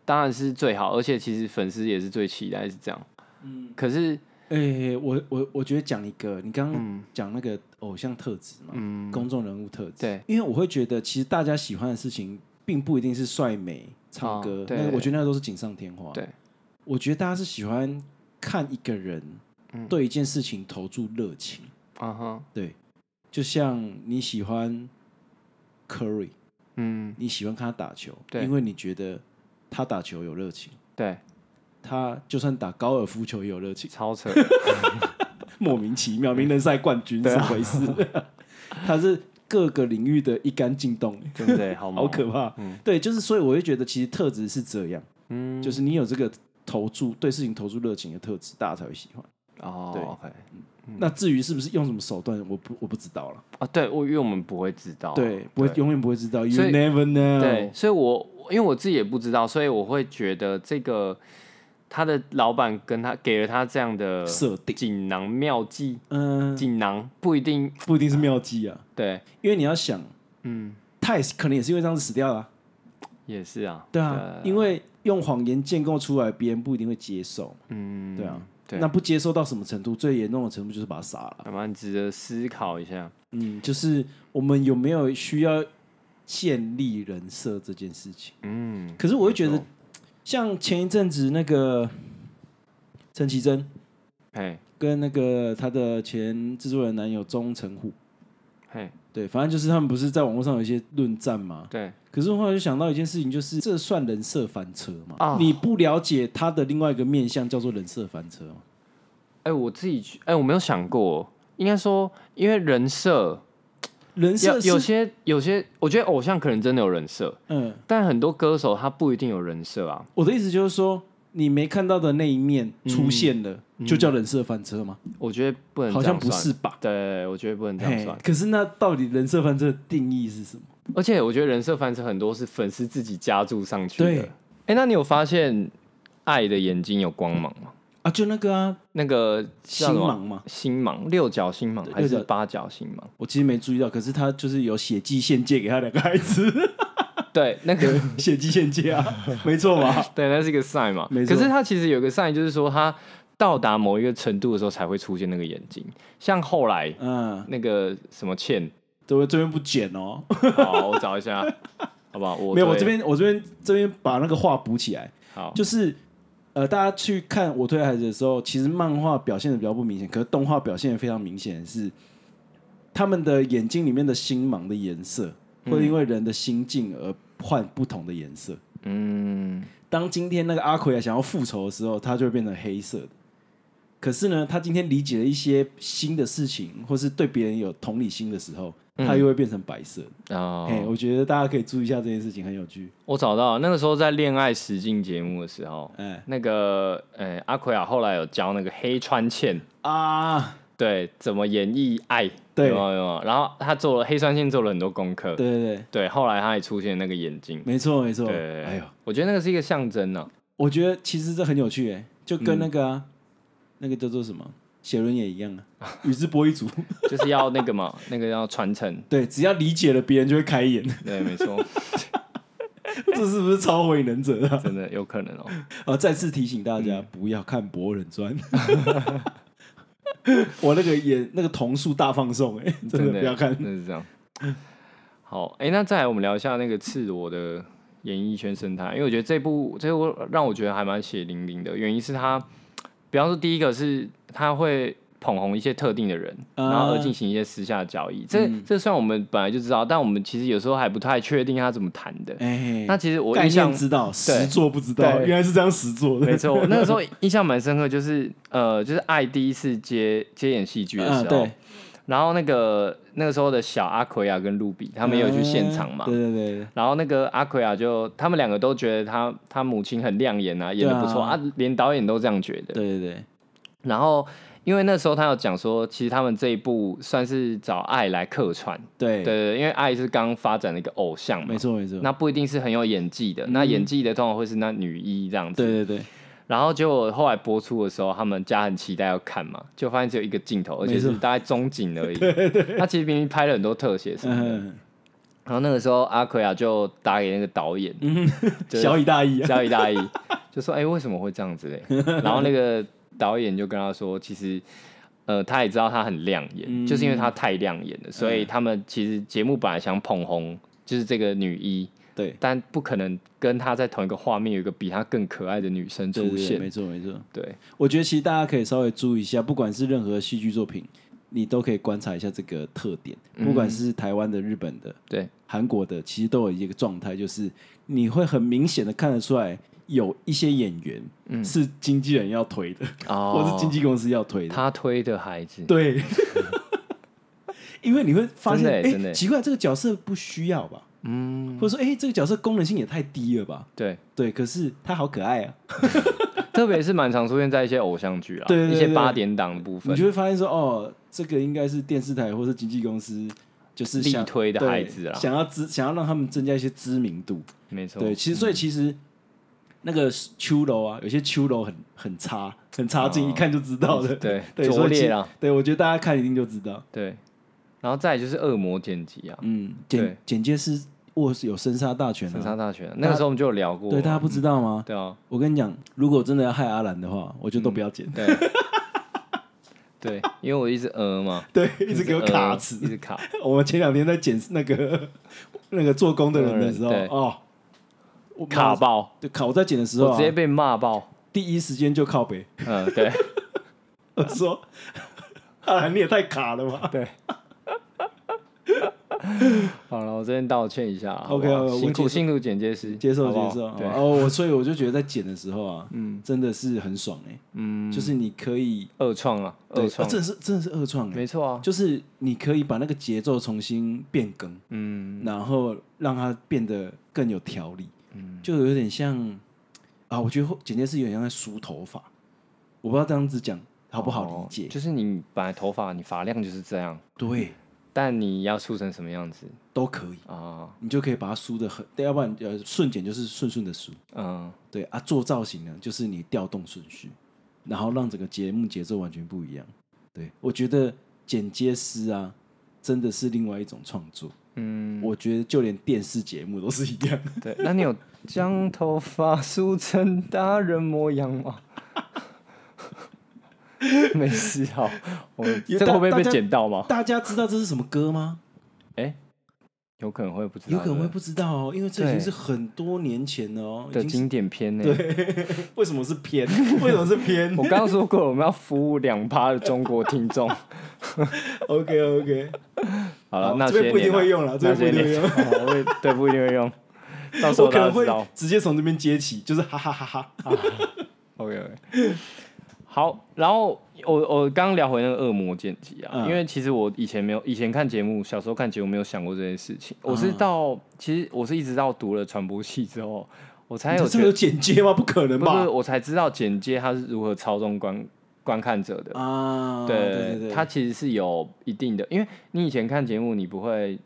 [SPEAKER 1] 当然是最好，而且其实粉丝也是最期待是这样。
[SPEAKER 2] 嗯，
[SPEAKER 1] 可是，
[SPEAKER 2] 哎、我我我觉得讲一个，你刚刚
[SPEAKER 1] 嗯
[SPEAKER 2] 讲那个偶像特质嘛，
[SPEAKER 1] 嗯，
[SPEAKER 2] 公众人物特质，
[SPEAKER 1] 对，
[SPEAKER 2] 因为我会觉得其实大家喜欢的事情，并不一定是帅美、唱
[SPEAKER 1] 哦
[SPEAKER 2] 歌，
[SPEAKER 1] 对
[SPEAKER 2] 那我觉得那都是锦上添花。
[SPEAKER 1] 对，
[SPEAKER 2] 我觉得大家是喜欢看一个人
[SPEAKER 1] 嗯
[SPEAKER 2] 对一件事情投注热情。
[SPEAKER 1] 嗯哼，
[SPEAKER 2] 对，就像你喜欢 Curry，
[SPEAKER 1] 嗯，
[SPEAKER 2] 你喜欢看他打球，
[SPEAKER 1] 对
[SPEAKER 2] 因为你觉得他打球有热情， [LAUGHS]
[SPEAKER 1] 对，
[SPEAKER 2] 他就算打高尔夫球也有热情， [LAUGHS]
[SPEAKER 1] 超扯，
[SPEAKER 2] 莫名其妙，名人赛冠
[SPEAKER 1] [LAUGHS]
[SPEAKER 2] 军
[SPEAKER 1] 对
[SPEAKER 2] 是
[SPEAKER 1] 啊
[SPEAKER 2] 回事？ [LAUGHS] 他是各个领域的一杆进洞，
[SPEAKER 1] 真的嗯
[SPEAKER 2] [LAUGHS]
[SPEAKER 1] 耶好
[SPEAKER 2] 好
[SPEAKER 1] 猛，
[SPEAKER 2] 可怕。
[SPEAKER 1] 嗯
[SPEAKER 2] 对，就是所以我会觉得，其实特质是这样，
[SPEAKER 1] 嗯，
[SPEAKER 2] 就是你有这个投注对事情投注热情的特质，大家才会喜欢。对
[SPEAKER 1] 哦，OK，
[SPEAKER 2] 那至于是不是用什么手段，我不我不知道了。
[SPEAKER 1] 啊，对，我因为我们不会知道，
[SPEAKER 2] 对，嗯不会永远不会知道，You
[SPEAKER 1] 哦所以
[SPEAKER 2] never know。
[SPEAKER 1] 对，所以我因为我自己也不知道，所以我会觉得这个他的老板跟他给了他这样的
[SPEAKER 2] 设定
[SPEAKER 1] 锦囊妙计，
[SPEAKER 2] 嗯，
[SPEAKER 1] 锦囊不一定
[SPEAKER 2] 不一定是妙计啊，
[SPEAKER 1] 对，
[SPEAKER 2] 因为你要想，
[SPEAKER 1] 嗯，
[SPEAKER 2] 他也是可能也是因为这样子死掉了啊、
[SPEAKER 1] 也是啊，
[SPEAKER 2] 对啊，因为用谎言建构出来，别人不一定会接受，
[SPEAKER 1] 嗯，
[SPEAKER 2] 对啊，
[SPEAKER 1] 对
[SPEAKER 2] 那不接受到什么程度，最严重的程度就是把他杀了。
[SPEAKER 1] 还蛮值得思考一下。
[SPEAKER 2] 嗯，就是我们有没有需要建立人设这件事情？
[SPEAKER 1] 嗯，
[SPEAKER 2] 可是我会觉
[SPEAKER 1] 没
[SPEAKER 2] 得
[SPEAKER 1] 错，，
[SPEAKER 2] 像前一阵子那个陈绮贞
[SPEAKER 1] 嘿，
[SPEAKER 2] 跟那个她的前制作人男友钟成虎，
[SPEAKER 1] 嘿，
[SPEAKER 2] 对，反正就是他们不是在网络上有一些论战嘛，
[SPEAKER 1] 对，
[SPEAKER 2] 可是我后来就想到一件事情，就是这算人设翻车吗？
[SPEAKER 1] 啊
[SPEAKER 2] 你不了解他的另外一个面向叫做人设翻车吗？
[SPEAKER 1] 哎，我自己去，哎，我没有想过，应该说，因为人设，
[SPEAKER 2] 人
[SPEAKER 1] 有
[SPEAKER 2] 设
[SPEAKER 1] 有
[SPEAKER 2] 是
[SPEAKER 1] 些有些，我觉得偶像可能真的有人设，
[SPEAKER 2] 嗯，
[SPEAKER 1] 但很多歌手他不一定有人设啊。
[SPEAKER 2] 我的意思就是说，你没看到的那一面出现了，就叫人设翻车吗？
[SPEAKER 1] 我觉得嗯不能，
[SPEAKER 2] 好像不是。吧？
[SPEAKER 1] 对，我觉得不能这样
[SPEAKER 2] 嘿
[SPEAKER 1] 算，。
[SPEAKER 2] 可是那到底人设翻车的定义是什么？
[SPEAKER 1] 而且我觉得人设翻车很多是粉丝自己加注上去的。
[SPEAKER 2] 对
[SPEAKER 1] 哎、那你有发现爱的眼睛有光芒吗？
[SPEAKER 2] 啊，就那个啊，
[SPEAKER 1] 那个
[SPEAKER 2] 星
[SPEAKER 1] 叫什么
[SPEAKER 2] 芒嘛，
[SPEAKER 1] 星芒，六角星芒
[SPEAKER 2] 对
[SPEAKER 1] 还
[SPEAKER 2] 六
[SPEAKER 1] 是
[SPEAKER 2] 角
[SPEAKER 1] 八角星芒？
[SPEAKER 2] 啊我其实没注意到，可是他就是有血迹献祭给他两个
[SPEAKER 1] [LAUGHS]
[SPEAKER 2] 孩子，
[SPEAKER 1] [LAUGHS] 对，那个
[SPEAKER 2] 血迹献祭啊，没错嘛。
[SPEAKER 1] [LAUGHS] 对，那是一个 sign 嘛。
[SPEAKER 2] 没
[SPEAKER 1] 可
[SPEAKER 2] 错
[SPEAKER 1] 是它其实有一个 sign，就是说它到达某一个程度的时候才会出现那个眼睛。像后来 [LAUGHS]
[SPEAKER 2] 嗯，
[SPEAKER 1] 那个什么倩，
[SPEAKER 2] 对不对？这边不剪哦，
[SPEAKER 1] 好，我找一下，好不好？我
[SPEAKER 2] 没有，我
[SPEAKER 1] 推
[SPEAKER 2] 这边我这边这边把那个话补起来，
[SPEAKER 1] 好，
[SPEAKER 2] 就是呃，大家去看我推孩子的时候，其实漫画表现的比较不明显，可是动画表现的非常明显，是他们的眼睛里面的星芒的颜色，会因为人的心境而换不同的颜色。
[SPEAKER 1] 嗯，
[SPEAKER 2] 当今天那个阿奎啊想要复仇的时候，他就会变成黑色的。可是呢，他今天理解了一些新的事情，或是对别人有同理心的时候，他又会变成白色的。
[SPEAKER 1] 嗯哦
[SPEAKER 2] 嘿，我觉得大家可以注意一下这件事情，很有趣。
[SPEAKER 1] 我找到了那个时候在恋爱实境节目的时候，
[SPEAKER 2] 哎
[SPEAKER 1] 那个呃、阿奎啊，后来有教那个黑川茜
[SPEAKER 2] 啊，
[SPEAKER 1] 对怎么演绎爱，
[SPEAKER 2] 对
[SPEAKER 1] 有没有有没有然后他做了黑川茜做了很多功课，
[SPEAKER 2] 对对对，
[SPEAKER 1] 对，后来他也出现那个眼睛，
[SPEAKER 2] 没错没错。
[SPEAKER 1] 对，
[SPEAKER 2] 哎呦，，
[SPEAKER 1] 我觉得那个是一个象征啊呢、
[SPEAKER 2] 我觉得其实这很有趣哎，就跟那个、啊那个叫做什么写轮也一样 [LAUGHS] 啊，宇智波一族。
[SPEAKER 1] [LAUGHS] 就是要那个嘛，那个要传承，
[SPEAKER 2] 对，只要理解了别人就会开眼， [LAUGHS]
[SPEAKER 1] 对，没错，
[SPEAKER 2] 这是不是超火影忍者啊？
[SPEAKER 1] 真的有可能哦、
[SPEAKER 2] 啊，再次提醒大家、不要看《博人传》。我那个眼那个瞳数大放送哎、真的不要看。
[SPEAKER 1] 那是这样。好，哎、那再来我们聊一下那个赤裸的演艺圈生态，因为我觉得这部这部让我觉得还蛮血淋淋的，原因是他，比方说第一个是他会捧红一些特定的人，
[SPEAKER 2] 啊嗯
[SPEAKER 1] 然后而进行一些私下交易。这、这虽然我们本来就知道，但我们其实有时候还不太确定他怎么谈的。
[SPEAKER 2] 哎、
[SPEAKER 1] 那其实我
[SPEAKER 2] 概
[SPEAKER 1] 印象
[SPEAKER 2] 念知道，实做不知道，
[SPEAKER 1] 对
[SPEAKER 2] 原来是这样实做的。
[SPEAKER 1] 没错，我那个时候印象蛮深刻，就是呃，就是爱第一次接接演戏剧的时
[SPEAKER 2] 嗯，
[SPEAKER 1] 候，
[SPEAKER 2] 对，
[SPEAKER 1] 然后那个那个时候的小阿奎亚跟露比，他们也有去现场嘛。
[SPEAKER 2] 嗯对对对，
[SPEAKER 1] 然后那个阿奎亚就，他们两个都觉得他他母亲很亮眼啊，演的不错
[SPEAKER 2] 对啊
[SPEAKER 1] 啊连导演都这样觉得。
[SPEAKER 2] 对对对，
[SPEAKER 1] 然后因为那时候他有讲说，其实他们这一部算是找爱来客串，对
[SPEAKER 2] 对
[SPEAKER 1] 对对，因为爱是刚发展的一个偶像嘛
[SPEAKER 2] 没，错没嗯错，
[SPEAKER 1] 那不一定是很有演技的，那演技的通常会是那女一这样子。
[SPEAKER 2] 对对对，
[SPEAKER 1] 然后结果后来播出的时候，他们家很期待要看嘛，就发现只有一个镜头，而且是
[SPEAKER 2] 没错
[SPEAKER 1] 大概中景
[SPEAKER 2] [LAUGHS]
[SPEAKER 1] 而已。他其实明明拍了很多特写什么的。
[SPEAKER 2] 嗯，
[SPEAKER 1] 然后那个时候阿奎亚就打给那个导演，
[SPEAKER 2] 嗯
[SPEAKER 1] 就是
[SPEAKER 2] 小以大意啊，
[SPEAKER 1] 小雨大一，就说：“哎、为什么会这样子
[SPEAKER 2] [LAUGHS]
[SPEAKER 1] 嘞？”然后那个导演就跟他说：“其实，呃，他也知道他很亮眼，
[SPEAKER 2] 嗯
[SPEAKER 1] 就是因为他太亮眼了，所以他们其实节目本来想捧红，就是这个女一，
[SPEAKER 2] [LAUGHS] 对，
[SPEAKER 1] 但不可能跟她在同一个画面有一个比她更可爱的女生 [LAUGHS]
[SPEAKER 2] 对
[SPEAKER 1] 出
[SPEAKER 2] 对
[SPEAKER 1] 现
[SPEAKER 2] 对，。没错没错。
[SPEAKER 1] 对，
[SPEAKER 2] 我觉得其实大家可以稍微注意一下，不管是任何戏剧作品，你都可以观察一下这个特点，
[SPEAKER 1] 嗯
[SPEAKER 2] 不管是台湾的、日本的、
[SPEAKER 1] 对，
[SPEAKER 2] 韩国的，其实都有一个状态，就是你会很明显的看得出来，有一些演员、是经纪人要推的，
[SPEAKER 1] 嗯哦
[SPEAKER 2] 或是经纪公司要推的，
[SPEAKER 1] 他推的孩子， [LAUGHS]
[SPEAKER 2] 对。因为你会发现，
[SPEAKER 1] 真的
[SPEAKER 2] 哎、
[SPEAKER 1] 耶真的耶
[SPEAKER 2] 奇怪，这个角色不需要吧？
[SPEAKER 1] 嗯，
[SPEAKER 2] 或者说，哎、这个角色功能性也太低了吧？
[SPEAKER 1] 对，
[SPEAKER 2] 对，可是他好可爱啊！
[SPEAKER 1] 特别是蛮常出现在一些偶像剧啊，
[SPEAKER 2] [LAUGHS] 对对对
[SPEAKER 1] 一些八点档的部
[SPEAKER 2] 你
[SPEAKER 1] 分
[SPEAKER 2] 就，会发现说，哦，这个应该是电视台或是经纪公司就是想
[SPEAKER 1] 力推的
[SPEAKER 2] 对
[SPEAKER 1] 孩子啦
[SPEAKER 2] 想要知想要让他们增加一些知名度。
[SPEAKER 1] 没错，
[SPEAKER 2] 对，其实所以其实那个秋楼啊，有些秋楼很很差，很差劲，一看就知道的。
[SPEAKER 1] 哦对
[SPEAKER 2] [LAUGHS] 对，
[SPEAKER 1] 拙
[SPEAKER 2] 所以其
[SPEAKER 1] 劣啦，
[SPEAKER 2] 对，我觉得大家看一定就知道。
[SPEAKER 1] 对，然后再来就是恶魔剪辑啊，
[SPEAKER 2] 嗯，
[SPEAKER 1] 对
[SPEAKER 2] 简简介是握有生杀大权
[SPEAKER 1] 神
[SPEAKER 2] 啊。
[SPEAKER 1] 杀大学啊那个时候我们就有聊过，
[SPEAKER 2] 对，大家不知道吗？
[SPEAKER 1] 对啊，
[SPEAKER 2] 我跟你讲，如果真的要害阿兰的话，我就都不要剪。
[SPEAKER 1] 对， [LAUGHS] 对，因为我一直呃嘛，
[SPEAKER 2] [LAUGHS] 对， [LAUGHS] 一直给我卡
[SPEAKER 1] 呃
[SPEAKER 2] 词
[SPEAKER 1] 一。直卡，
[SPEAKER 2] [LAUGHS] 我们前两天在剪那个 [LAUGHS] 那个做工的人的时候，
[SPEAKER 1] 对
[SPEAKER 2] 哦，我
[SPEAKER 1] 卡
[SPEAKER 2] 吧，
[SPEAKER 1] 爆，
[SPEAKER 2] 对卡我在剪的时候、
[SPEAKER 1] 我
[SPEAKER 2] 啊，
[SPEAKER 1] 直接被骂爆，
[SPEAKER 2] 第一时间就靠北， [LAUGHS]
[SPEAKER 1] 嗯，对，
[SPEAKER 2] 我说：“ [LAUGHS] 啊，你也太卡了吧
[SPEAKER 1] 对。 [LAUGHS] 好了，我这边道歉一下啊
[SPEAKER 2] OK，
[SPEAKER 1] 好不好
[SPEAKER 2] OK，我
[SPEAKER 1] 辛
[SPEAKER 2] 接
[SPEAKER 1] 苦
[SPEAKER 2] 受
[SPEAKER 1] 辛苦剪接师，！”
[SPEAKER 2] 接受
[SPEAKER 1] 好不好
[SPEAKER 2] 接受，
[SPEAKER 1] 对，
[SPEAKER 2] 哦，我所以我就觉得在剪的时候啊，嗯，真的是很爽哎、嗯，就是你可以，
[SPEAKER 1] 二创啊，
[SPEAKER 2] 对，
[SPEAKER 1] 二
[SPEAKER 2] 啊
[SPEAKER 1] 创，
[SPEAKER 2] 真的是真的是二创哎、
[SPEAKER 1] 没错啊，
[SPEAKER 2] 就是你可以把那个节奏重新变更，嗯，然后让它变得更有条理，嗯，就有点像啊，我觉得简介是有点像在梳头发，我不知道这样子讲好不好理解
[SPEAKER 1] 哦？就是你本来头发你发量就是这样，
[SPEAKER 2] 对，
[SPEAKER 1] 但你要梳成什么样子
[SPEAKER 2] 都可以，
[SPEAKER 1] 啊？
[SPEAKER 2] 你就可以把它梳的很，对要不然呃顺剪就是顺顺的梳，
[SPEAKER 1] 嗯，
[SPEAKER 2] 对啊，做造型呢就是你调动顺序，然后让整个节目节奏完全不一样。对我觉得剪接师啊，真的是另外一种创作。嗯，我觉得就连电视节目都是一 [LAUGHS] 样。
[SPEAKER 1] 对。那你有将头发梳成大人模样吗？ [LAUGHS] 没事啊，我
[SPEAKER 2] 因为
[SPEAKER 1] 这个
[SPEAKER 2] 大
[SPEAKER 1] 会不会
[SPEAKER 2] 大
[SPEAKER 1] 被
[SPEAKER 2] 家
[SPEAKER 1] 剪到吗？
[SPEAKER 2] 大家知道这是什么歌吗？
[SPEAKER 1] 有可能会不知道，
[SPEAKER 2] 有可能会不知道哦，因为这已
[SPEAKER 1] 对
[SPEAKER 2] 经是很多年前了哦，
[SPEAKER 1] 的
[SPEAKER 2] 已经
[SPEAKER 1] 经典片呢。
[SPEAKER 2] 是为什么是偏？ [LAUGHS] 为什么是
[SPEAKER 1] [LAUGHS]
[SPEAKER 2] 偏 [LAUGHS]
[SPEAKER 1] 我刚刚说过，我们要服务两趴的中国听众。
[SPEAKER 2] ？OK OK，
[SPEAKER 1] 好
[SPEAKER 2] 好
[SPEAKER 1] 了，那
[SPEAKER 2] 这边
[SPEAKER 1] 些
[SPEAKER 2] 不一定
[SPEAKER 1] 年啊
[SPEAKER 2] 会用了这
[SPEAKER 1] 那
[SPEAKER 2] 边不
[SPEAKER 1] 些
[SPEAKER 2] 一定
[SPEAKER 1] 年
[SPEAKER 2] 会
[SPEAKER 1] [LAUGHS]
[SPEAKER 2] 用
[SPEAKER 1] 好我也对不一定会用，到时
[SPEAKER 2] 我
[SPEAKER 1] 候大
[SPEAKER 2] 可能
[SPEAKER 1] 家知
[SPEAKER 2] 会
[SPEAKER 1] 道。
[SPEAKER 2] 直接从这边接起，就是哈哈哈哈。
[SPEAKER 1] OK OK。好，然后我我刚刚聊回那个恶魔剪辑啊，
[SPEAKER 2] 嗯
[SPEAKER 1] 因为其实我以前没有，以前看节目，小时候看节目没有想过这件事情。我是
[SPEAKER 2] 啊
[SPEAKER 1] 到、其实我是一直到读了传播系之后，我才有
[SPEAKER 2] 你这
[SPEAKER 1] 觉
[SPEAKER 2] 么
[SPEAKER 1] 得
[SPEAKER 2] 有剪接吗？不可能
[SPEAKER 1] 不是，
[SPEAKER 2] 吧？
[SPEAKER 1] 我才知道剪接它是如何操纵观观看者的。
[SPEAKER 2] 啊，
[SPEAKER 1] 对
[SPEAKER 2] 对对，
[SPEAKER 1] 它其实是有一定的，因为你以前看节目，你不会，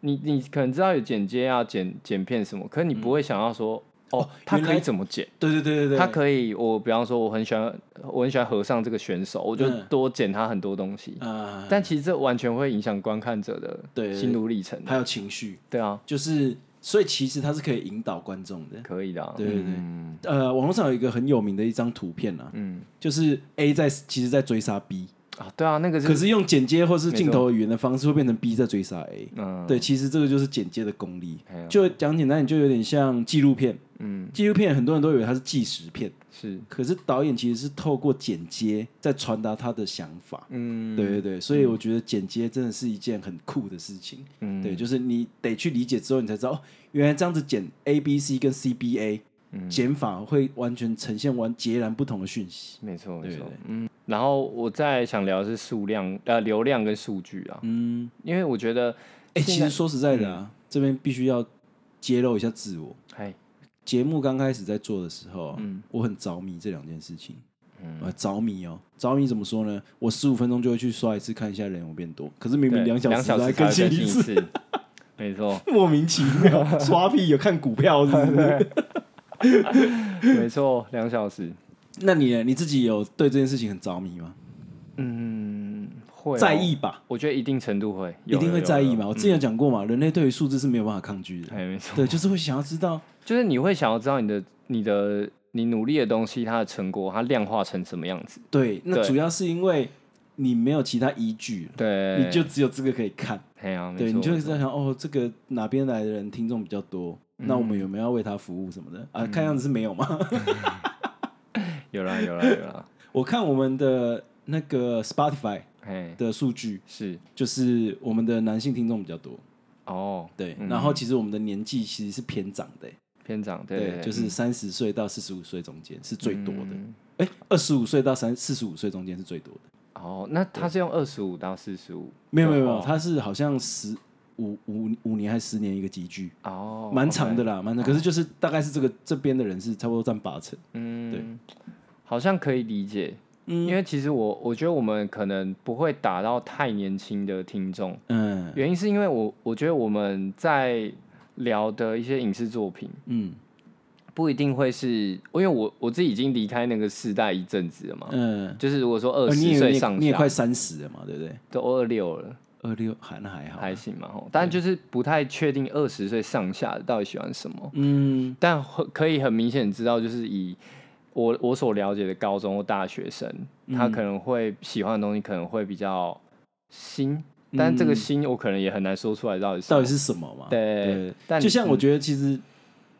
[SPEAKER 1] 你你可能知道有剪接啊、剪剪片什么，可是你不会想要说，哦
[SPEAKER 2] 嗯哦，
[SPEAKER 1] 它
[SPEAKER 2] 原
[SPEAKER 1] 可以
[SPEAKER 2] 来
[SPEAKER 1] 怎么剪？
[SPEAKER 2] 对对对对对，
[SPEAKER 1] 它可以，我比方说，我很喜欢，我很喜欢和尚这个选手，我就
[SPEAKER 2] 嗯
[SPEAKER 1] 多剪他很多东西。
[SPEAKER 2] 啊，
[SPEAKER 1] 但其实这完全会影响观看者的
[SPEAKER 2] 对
[SPEAKER 1] 心路历程。
[SPEAKER 2] 还有情绪，
[SPEAKER 1] 对啊，
[SPEAKER 2] 就是所以其实它是可以引导观众的。
[SPEAKER 1] 可以的啊。
[SPEAKER 2] 对对对
[SPEAKER 1] 嗯
[SPEAKER 2] 呃，网络上有一个很有名的一张图片啊，
[SPEAKER 1] 嗯
[SPEAKER 2] 就是 A 在其实在追杀 B，
[SPEAKER 1] 啊，对啊，那个
[SPEAKER 2] 可
[SPEAKER 1] 是
[SPEAKER 2] 是用剪接或是镜头语言的方式会变成 B 在追杀 A。
[SPEAKER 1] 嗯
[SPEAKER 2] 对，其实这个就是剪接的功力
[SPEAKER 1] 哎呀。
[SPEAKER 2] 就讲简单，你就有点像纪录片，
[SPEAKER 1] 嗯
[SPEAKER 2] 纪录片很多人都以为它是纪实片，
[SPEAKER 1] 是
[SPEAKER 2] 可是导演其实是透过剪接在传达他的想法。
[SPEAKER 1] 嗯
[SPEAKER 2] 对对对，所以我觉得剪接真的是一件很酷的事情。
[SPEAKER 1] 嗯
[SPEAKER 2] 对，就是你得去理解之后，你才知道哦，原来这样子剪 A、B、C 跟 C、B、A
[SPEAKER 1] 嗯
[SPEAKER 2] 剪法会完全呈现完截然不同的讯息。
[SPEAKER 1] 没错没
[SPEAKER 2] 对
[SPEAKER 1] 错
[SPEAKER 2] 对。
[SPEAKER 1] 嗯，然后我再想聊的是数量呃流量跟数据啊，
[SPEAKER 2] 嗯，
[SPEAKER 1] 因为我觉得
[SPEAKER 2] 哎、
[SPEAKER 1] 现
[SPEAKER 2] 其
[SPEAKER 1] 在
[SPEAKER 2] 实说实在的
[SPEAKER 1] 嗯
[SPEAKER 2] 啊，这边必须要揭露一下自我。
[SPEAKER 1] 哎
[SPEAKER 2] 节目刚开始在做的时候啊，
[SPEAKER 1] 嗯
[SPEAKER 2] 我很着迷这两件事情。
[SPEAKER 1] 嗯
[SPEAKER 2] 呃，着迷哦，着迷怎么说呢？我十五分钟就会去刷一次，看一下人有变多。可是明
[SPEAKER 1] 对
[SPEAKER 2] 明两小
[SPEAKER 1] 两
[SPEAKER 2] 时
[SPEAKER 1] 小
[SPEAKER 2] 才
[SPEAKER 1] 时才
[SPEAKER 2] 更
[SPEAKER 1] 会
[SPEAKER 2] 新
[SPEAKER 1] 更
[SPEAKER 2] 一
[SPEAKER 1] 新一
[SPEAKER 2] 次， [LAUGHS]
[SPEAKER 1] 次， [LAUGHS] 没错。
[SPEAKER 2] 莫名其
[SPEAKER 1] [LAUGHS]
[SPEAKER 2] 妙，刷屁有看股票是不是？
[SPEAKER 1] 没错，两小时。
[SPEAKER 2] 那你呢你自己有对这件事情很着迷吗？
[SPEAKER 1] 嗯，会哦
[SPEAKER 2] 在意吧，
[SPEAKER 1] 我觉得一定程度会，
[SPEAKER 2] 一
[SPEAKER 1] 有
[SPEAKER 2] 定会在意嘛。我之。前
[SPEAKER 1] 有有
[SPEAKER 2] 有讲过嘛，人类对于数字是没有办法抗拒
[SPEAKER 1] 嗯
[SPEAKER 2] 的，
[SPEAKER 1] 哎，没错，
[SPEAKER 2] 对，就是会想要知道，
[SPEAKER 1] 就是你会想要知道你的、你的、你努力的东西，它的成果，它量化成什么样子？
[SPEAKER 2] 对，那
[SPEAKER 1] 对
[SPEAKER 2] 主要是因为你没有其他依据了，
[SPEAKER 1] 对，
[SPEAKER 2] 你就只有这个可以看，
[SPEAKER 1] 哎呀，没
[SPEAKER 2] 对，
[SPEAKER 1] 错
[SPEAKER 2] 你就会在想，哦，这个哪边来的人听众比较多，那我们有
[SPEAKER 1] 嗯
[SPEAKER 2] 没有要为他服务什么的啊？看样子是没有嘛。 [LAUGHS]
[SPEAKER 1] 有啦有啦有啦，
[SPEAKER 2] 我看我们的那个 Spotify
[SPEAKER 1] 哎，
[SPEAKER 2] 的数据，
[SPEAKER 1] 是
[SPEAKER 2] 就是我们的男性听众比较多，
[SPEAKER 1] 哦，
[SPEAKER 2] 对，
[SPEAKER 1] 嗯
[SPEAKER 2] 然后其实我们的年纪其实是偏长的、欸
[SPEAKER 1] 篇长对
[SPEAKER 2] 对，
[SPEAKER 1] 对
[SPEAKER 2] 就是三十岁到四十五岁中间是最多的。
[SPEAKER 1] 嗯
[SPEAKER 2] 哎，二十五岁到三四十五岁中间是最多的。
[SPEAKER 1] 哦，那他是用二十五到四十五，
[SPEAKER 2] 没有没有没有，
[SPEAKER 1] 哦
[SPEAKER 2] 它是好像十五五五年还是十年一个集聚，
[SPEAKER 1] 哦，
[SPEAKER 2] 蛮长的
[SPEAKER 1] OK，哦
[SPEAKER 2] 啦，蛮长。可是就是大概是这个这边的人是差不多占八成。
[SPEAKER 1] 嗯，好像可以理解，
[SPEAKER 2] 嗯
[SPEAKER 1] 因为其实我我觉得我们可能不会打到太年轻的听众，
[SPEAKER 2] 嗯
[SPEAKER 1] 原因是因为我我觉得我们在聊的一些影视作品
[SPEAKER 2] 嗯
[SPEAKER 1] 不一定会是，因为我我自己已经离开那个世代一阵子了嘛，
[SPEAKER 2] 嗯，
[SPEAKER 1] 就是如果说
[SPEAKER 2] 呃
[SPEAKER 1] 啊二
[SPEAKER 2] 你
[SPEAKER 1] 十
[SPEAKER 2] 也
[SPEAKER 1] 岁
[SPEAKER 2] 你也
[SPEAKER 1] 上
[SPEAKER 2] 你也
[SPEAKER 1] 下
[SPEAKER 2] 快三十了嘛，对不对？
[SPEAKER 1] 都二六了，
[SPEAKER 2] 二六还那还好，啊嗯
[SPEAKER 1] 还行嘛吼，但就是不太确定二十岁上下的到底喜欢什么。
[SPEAKER 2] 嗯
[SPEAKER 1] 但会可以很明显知道，就是以我我所了解的高中或大学生，
[SPEAKER 2] 嗯
[SPEAKER 1] 他可能会喜欢的东西可能会比较新，但这个新我可能也很难说出来到底是
[SPEAKER 2] 嗯到底是什么嘛？
[SPEAKER 1] 对，但
[SPEAKER 2] 就
[SPEAKER 1] 嗯
[SPEAKER 2] 像我觉得其实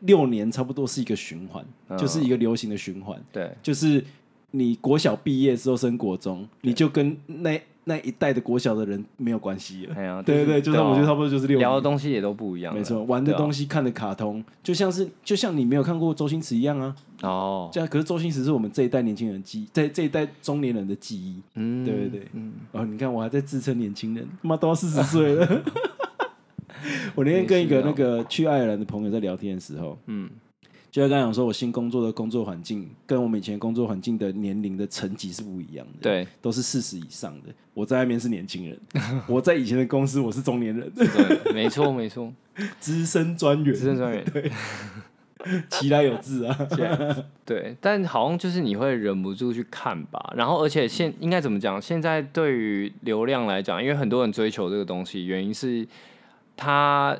[SPEAKER 2] 六年差不多是一个循环，
[SPEAKER 1] 嗯
[SPEAKER 2] 就是一个流行的循环。
[SPEAKER 1] 对
[SPEAKER 2] 就是你国小毕业之后升国中，你就跟那那一代的国小的人没有关系了。
[SPEAKER 1] 哎呀，
[SPEAKER 2] 对对，
[SPEAKER 1] 就
[SPEAKER 2] 就是是我觉得差
[SPEAKER 1] 啊
[SPEAKER 2] 不多就是六
[SPEAKER 1] 聊的
[SPEAKER 2] 年，
[SPEAKER 1] 东西也都不一样了，
[SPEAKER 2] 没错，玩的
[SPEAKER 1] 对啊
[SPEAKER 2] 东西、看的卡通，就像是就像你没有看过周星驰一样啊。
[SPEAKER 1] 哦，
[SPEAKER 2] 这样，可是周星驰是我们这一代年轻人的记忆，在这一代中年人的记忆。
[SPEAKER 1] 嗯，
[SPEAKER 2] 对对对
[SPEAKER 1] 嗯，
[SPEAKER 2] 哦，你看我还在自称年轻人，他妈都要四十
[SPEAKER 1] [LAUGHS]
[SPEAKER 2] 岁了。我那天跟一个
[SPEAKER 1] 没事
[SPEAKER 2] 那
[SPEAKER 1] 啊
[SPEAKER 2] 个去爱尔兰的朋友在聊天的时候，
[SPEAKER 1] 嗯，
[SPEAKER 2] 就在刚讲说，我新工作的工作环境跟我们以前工作环境的年龄的层级是不一样的，，
[SPEAKER 1] 对，
[SPEAKER 2] 都是四十以上的。我在那边是年
[SPEAKER 1] [LAUGHS]
[SPEAKER 2] 轻人，我在以前的公司我是中年人， [LAUGHS]
[SPEAKER 1] 对，没错没错，
[SPEAKER 2] 资深专员
[SPEAKER 1] 资，深专员，
[SPEAKER 2] 其来有志
[SPEAKER 1] [LAUGHS]
[SPEAKER 2] 啊。 [LAUGHS]
[SPEAKER 1] 对，但好像就是你会忍不住去看吧。然后，而且现应该怎么讲？现在对于流量来讲，因为很多人追求这个东西，原因是它，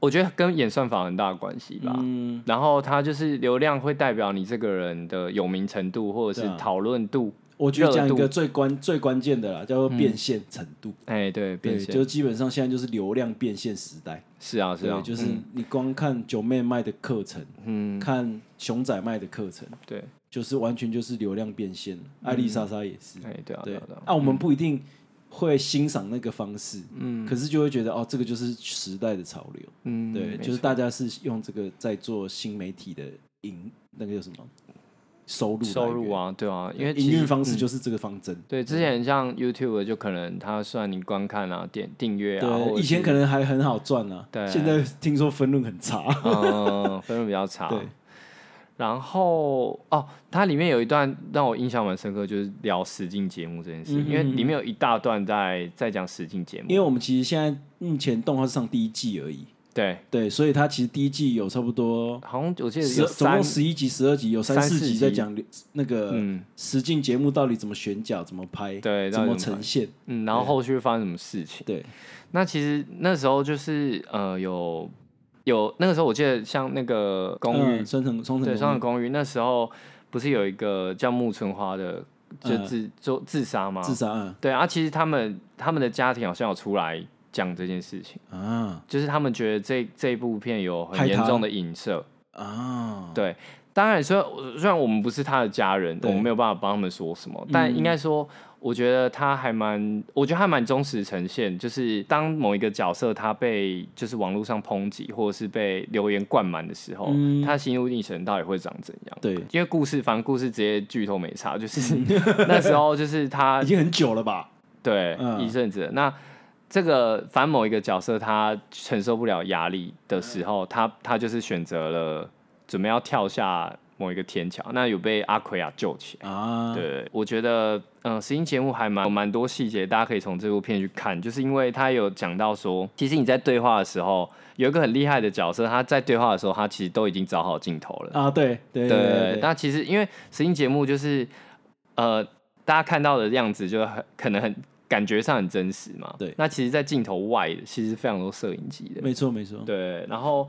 [SPEAKER 1] 我觉得跟演算法很大的关系吧。
[SPEAKER 2] 嗯，
[SPEAKER 1] 然后它就是流量会代表你这个人的有名程度或者
[SPEAKER 2] 对
[SPEAKER 1] 是
[SPEAKER 2] 啊
[SPEAKER 1] 讨论度，
[SPEAKER 2] 我觉得讲一
[SPEAKER 1] 热
[SPEAKER 2] 个
[SPEAKER 1] 度
[SPEAKER 2] 最关最关键的啦，叫做变现程度。
[SPEAKER 1] 哎，对，嗯变
[SPEAKER 2] 对，
[SPEAKER 1] 现
[SPEAKER 2] 就基本上现在就是流量变现时代。
[SPEAKER 1] 是啊是
[SPEAKER 2] 对，
[SPEAKER 1] 啊，
[SPEAKER 2] 就是你光看九妹卖的课程，嗯，看熊仔卖的课程，
[SPEAKER 1] 对，
[SPEAKER 2] 就是完全就是流量变现了。艾丽莎莎也是，
[SPEAKER 1] 哎，对啊对
[SPEAKER 2] 对
[SPEAKER 1] 啊对啊，，
[SPEAKER 2] 啊，我们不一定会欣赏那个方式，嗯，可是就会觉得哦，这个就是时代的潮流，
[SPEAKER 1] 嗯，
[SPEAKER 2] 对，
[SPEAKER 1] 没
[SPEAKER 2] 就
[SPEAKER 1] 错
[SPEAKER 2] 是大家是用这个在做新媒体的营，那个叫什么收入
[SPEAKER 1] 收入
[SPEAKER 2] 啊，
[SPEAKER 1] 啊，对啊，因为
[SPEAKER 2] 营
[SPEAKER 1] 其实
[SPEAKER 2] 运方式就是这个方针。
[SPEAKER 1] 对，之前像 YouTube 就可能它算你观看啊、点订阅啊，或
[SPEAKER 2] 对，
[SPEAKER 1] 者
[SPEAKER 2] 以前可能还很好赚啊，
[SPEAKER 1] 对
[SPEAKER 2] 现在听说分论很差。
[SPEAKER 1] 是嗯分润比较差。
[SPEAKER 2] 对，
[SPEAKER 1] 然后哦，它里面有一段让我印象蛮深刻，就是聊实境节目这件事，
[SPEAKER 2] 嗯哼
[SPEAKER 1] 因为里面有一大段在在讲实境节目
[SPEAKER 2] 因。为我们其实现在目前动画是上第一季而已，
[SPEAKER 1] 对，
[SPEAKER 2] 对，所以它其实第一季有差不多
[SPEAKER 1] 好像我记得
[SPEAKER 2] 十
[SPEAKER 1] 有，
[SPEAKER 2] 总
[SPEAKER 1] 三
[SPEAKER 2] 共，十一集、十二集，有三
[SPEAKER 1] 三
[SPEAKER 2] 四
[SPEAKER 1] 四
[SPEAKER 2] 集
[SPEAKER 1] 集
[SPEAKER 2] 在讲那个
[SPEAKER 1] 嗯
[SPEAKER 2] 实境节目到底怎么选角、怎么拍、
[SPEAKER 1] 对
[SPEAKER 2] 怎
[SPEAKER 1] 到
[SPEAKER 2] 么
[SPEAKER 1] 底怎么
[SPEAKER 2] 呈现，
[SPEAKER 1] 嗯，然后后续会发生什么事情？
[SPEAKER 2] 对，
[SPEAKER 1] 那其实那时候就是呃有有那个时候我记得像那个公寓
[SPEAKER 2] 嗯双层双
[SPEAKER 1] 对，
[SPEAKER 2] 层
[SPEAKER 1] 双
[SPEAKER 2] 公
[SPEAKER 1] 人公寓那时候不是有一个叫木村花的，就
[SPEAKER 2] 嗯
[SPEAKER 1] 自、就自杀吗
[SPEAKER 2] 寓？自杀案
[SPEAKER 1] 对啊，其实他们他们的家庭好像有出来讲这件事情，
[SPEAKER 2] 啊
[SPEAKER 1] 就是他们觉得这这部片有很
[SPEAKER 2] 害
[SPEAKER 1] 严
[SPEAKER 2] 他
[SPEAKER 1] 重的影射。
[SPEAKER 2] 啊，
[SPEAKER 1] 对，当然虽然虽然我们不是他的家人，我
[SPEAKER 2] 对嗯
[SPEAKER 1] 们没有办法帮他们说什么，但应该说。我觉得他还蛮，我觉得他蛮忠实呈现，就是当某一个角色他被就是网络上抨击或者是被留言灌满的时候，
[SPEAKER 2] 嗯
[SPEAKER 1] 他心路历程到底会长怎样？
[SPEAKER 2] 对，
[SPEAKER 1] 因为故事，反正故事直接剧透没差，就是 [LAUGHS] 那时候就是他
[SPEAKER 2] 嗯 [LAUGHS] 已经很久了吧？
[SPEAKER 1] 对
[SPEAKER 2] 嗯
[SPEAKER 1] 一阵子了，那这个反正某一个角色他承受不了压力的时候，他他就是选择了准备要跳下某一个天桥，那有被阿奎亚救起来。
[SPEAKER 2] 啊，
[SPEAKER 1] 对，我觉得，嗯、呃，实境节目还蛮有蛮多细节，大家可以从这部片去看，就是因为他有讲到说，其实你在对话的时候，有一个很厉害的角色，他在对话的时候，他其实都已经找好镜头了，
[SPEAKER 2] 啊，对对
[SPEAKER 1] 对，
[SPEAKER 2] 对
[SPEAKER 1] 那其实因为实境节目就是呃，大家看到的样子就很可能很感觉上很真实嘛。
[SPEAKER 2] 对
[SPEAKER 1] 那其实，在镜头外其实非常多摄影机
[SPEAKER 2] 对，
[SPEAKER 1] 的。
[SPEAKER 2] 没错没错，
[SPEAKER 1] 对，然后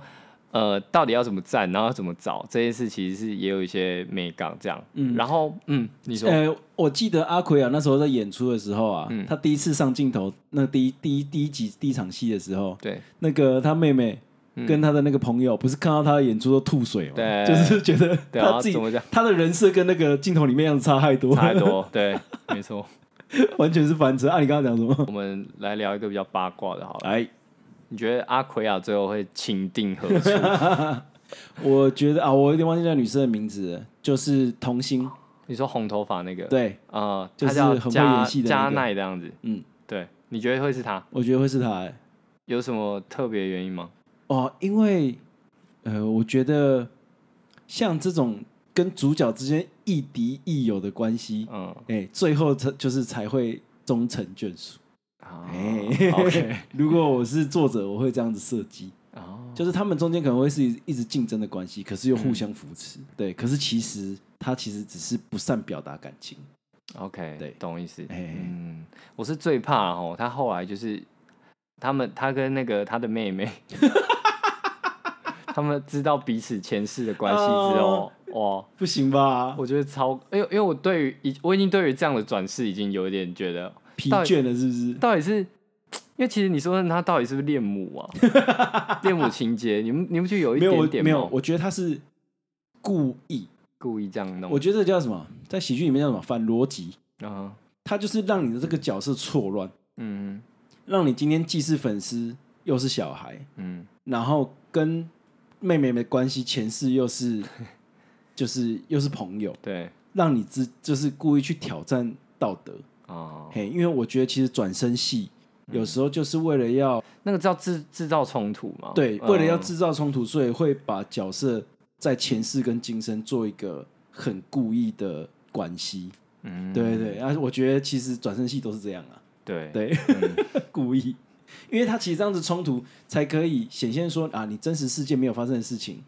[SPEAKER 1] 呃，到底要怎么站，然后要怎么找这件事，其实是也有一些美感这样。嗯，然后嗯，你说、
[SPEAKER 2] 呃，我记得阿奎啊，那时候在演出的时候啊，
[SPEAKER 1] 嗯
[SPEAKER 2] 他第一次上镜头，那第一第一第一集第一场戏的时候，
[SPEAKER 1] 对
[SPEAKER 2] 那个他妹妹跟他的那个朋友，不是看到他的演出都吐水嘛，
[SPEAKER 1] 嗯对
[SPEAKER 2] 就是觉得
[SPEAKER 1] 对啊
[SPEAKER 2] [LAUGHS] 他自己
[SPEAKER 1] 怎么讲
[SPEAKER 2] 他的人设跟那个镜头里面样子差太多，
[SPEAKER 1] 差太多， [LAUGHS] 对，没错。
[SPEAKER 2] [LAUGHS] 完全是翻车。啊，你刚刚讲什么？
[SPEAKER 1] 我们来聊一个比较八卦的，好了。
[SPEAKER 2] 哎，
[SPEAKER 1] 你觉得阿奎亚最后会情定何处？ [LAUGHS]
[SPEAKER 2] 我觉得啊，我有点忘记那女生的名字了，就是童星，
[SPEAKER 1] 你说红头发那个？
[SPEAKER 2] 对
[SPEAKER 1] 啊，
[SPEAKER 2] 就
[SPEAKER 1] 他
[SPEAKER 2] 是
[SPEAKER 1] 叫
[SPEAKER 2] 很会
[SPEAKER 1] 加
[SPEAKER 2] 演戏的那
[SPEAKER 1] 加
[SPEAKER 2] 个
[SPEAKER 1] 奈的样子。
[SPEAKER 2] 嗯，
[SPEAKER 1] 对，你觉得会是他？
[SPEAKER 2] 我觉得会是她、哎
[SPEAKER 1] 有什么特别原因吗？
[SPEAKER 2] 哦，因为呃，我觉得像这种跟主角之间亦敌亦友的关系，
[SPEAKER 1] 嗯，
[SPEAKER 2] 哎、最后才就是才会终成眷属。
[SPEAKER 1] 啊
[SPEAKER 2] 哎、
[SPEAKER 1] ，OK，
[SPEAKER 2] [LAUGHS] 如果我是作者，我会这样子设计，
[SPEAKER 1] 哦，
[SPEAKER 2] 就是他们中间可能会是一直竞争的关系，可是又互相扶持。对，可是其实他其实只是不善表达感情。
[SPEAKER 1] OK，
[SPEAKER 2] 对
[SPEAKER 1] 懂意思。
[SPEAKER 2] 哎
[SPEAKER 1] 嗯，我是最怕哦，他后来就是他们，他跟那个他的妹
[SPEAKER 2] [LAUGHS]
[SPEAKER 1] 妹，他们知道彼此前世的关系
[SPEAKER 2] 哦
[SPEAKER 1] 之后，哇，
[SPEAKER 2] 不行吧？
[SPEAKER 1] 我觉得超，因为因为我对于已，我已经对于这样的转世已经有一点觉得，
[SPEAKER 2] 疲
[SPEAKER 1] 到底
[SPEAKER 2] 倦了是不是？
[SPEAKER 1] 到底是，因为其实你说他到底是不是恋母啊？
[SPEAKER 2] [LAUGHS]
[SPEAKER 1] 恋母情节，你们你们就有一
[SPEAKER 2] 没有，我
[SPEAKER 1] 点点
[SPEAKER 2] 没有
[SPEAKER 1] 吗，
[SPEAKER 2] 我觉得他是故意。
[SPEAKER 1] 故意这样弄，
[SPEAKER 2] 我觉得这叫什么？在喜剧里面叫什么？反逻辑。
[SPEAKER 1] 嗯
[SPEAKER 2] 他就是让你的这个角色错乱，
[SPEAKER 1] 嗯
[SPEAKER 2] 让你今天既是粉丝又是小孩，
[SPEAKER 1] 嗯。
[SPEAKER 2] 然后跟妹妹的关系前世又是 [LAUGHS] 就是又是朋友，
[SPEAKER 1] 对，
[SPEAKER 2] 让你知就是故意去挑战道德。
[SPEAKER 1] 哦，嗯
[SPEAKER 2] 嘿，因为我觉得其实转身戏有时候就是为了要、
[SPEAKER 1] 那个叫制制造冲突嘛？
[SPEAKER 2] 对，
[SPEAKER 1] 哦嗯
[SPEAKER 2] 为了要制造冲突，所以会把角色在前世跟今生做一个很故意的关系。
[SPEAKER 1] 嗯
[SPEAKER 2] 对对，啊，我觉得其实转身戏都是这样啊。 [LAUGHS]
[SPEAKER 1] 对
[SPEAKER 2] 对，故意，因为他其实这样子冲突才可以显现说啊，你真实世界没有发生的事情，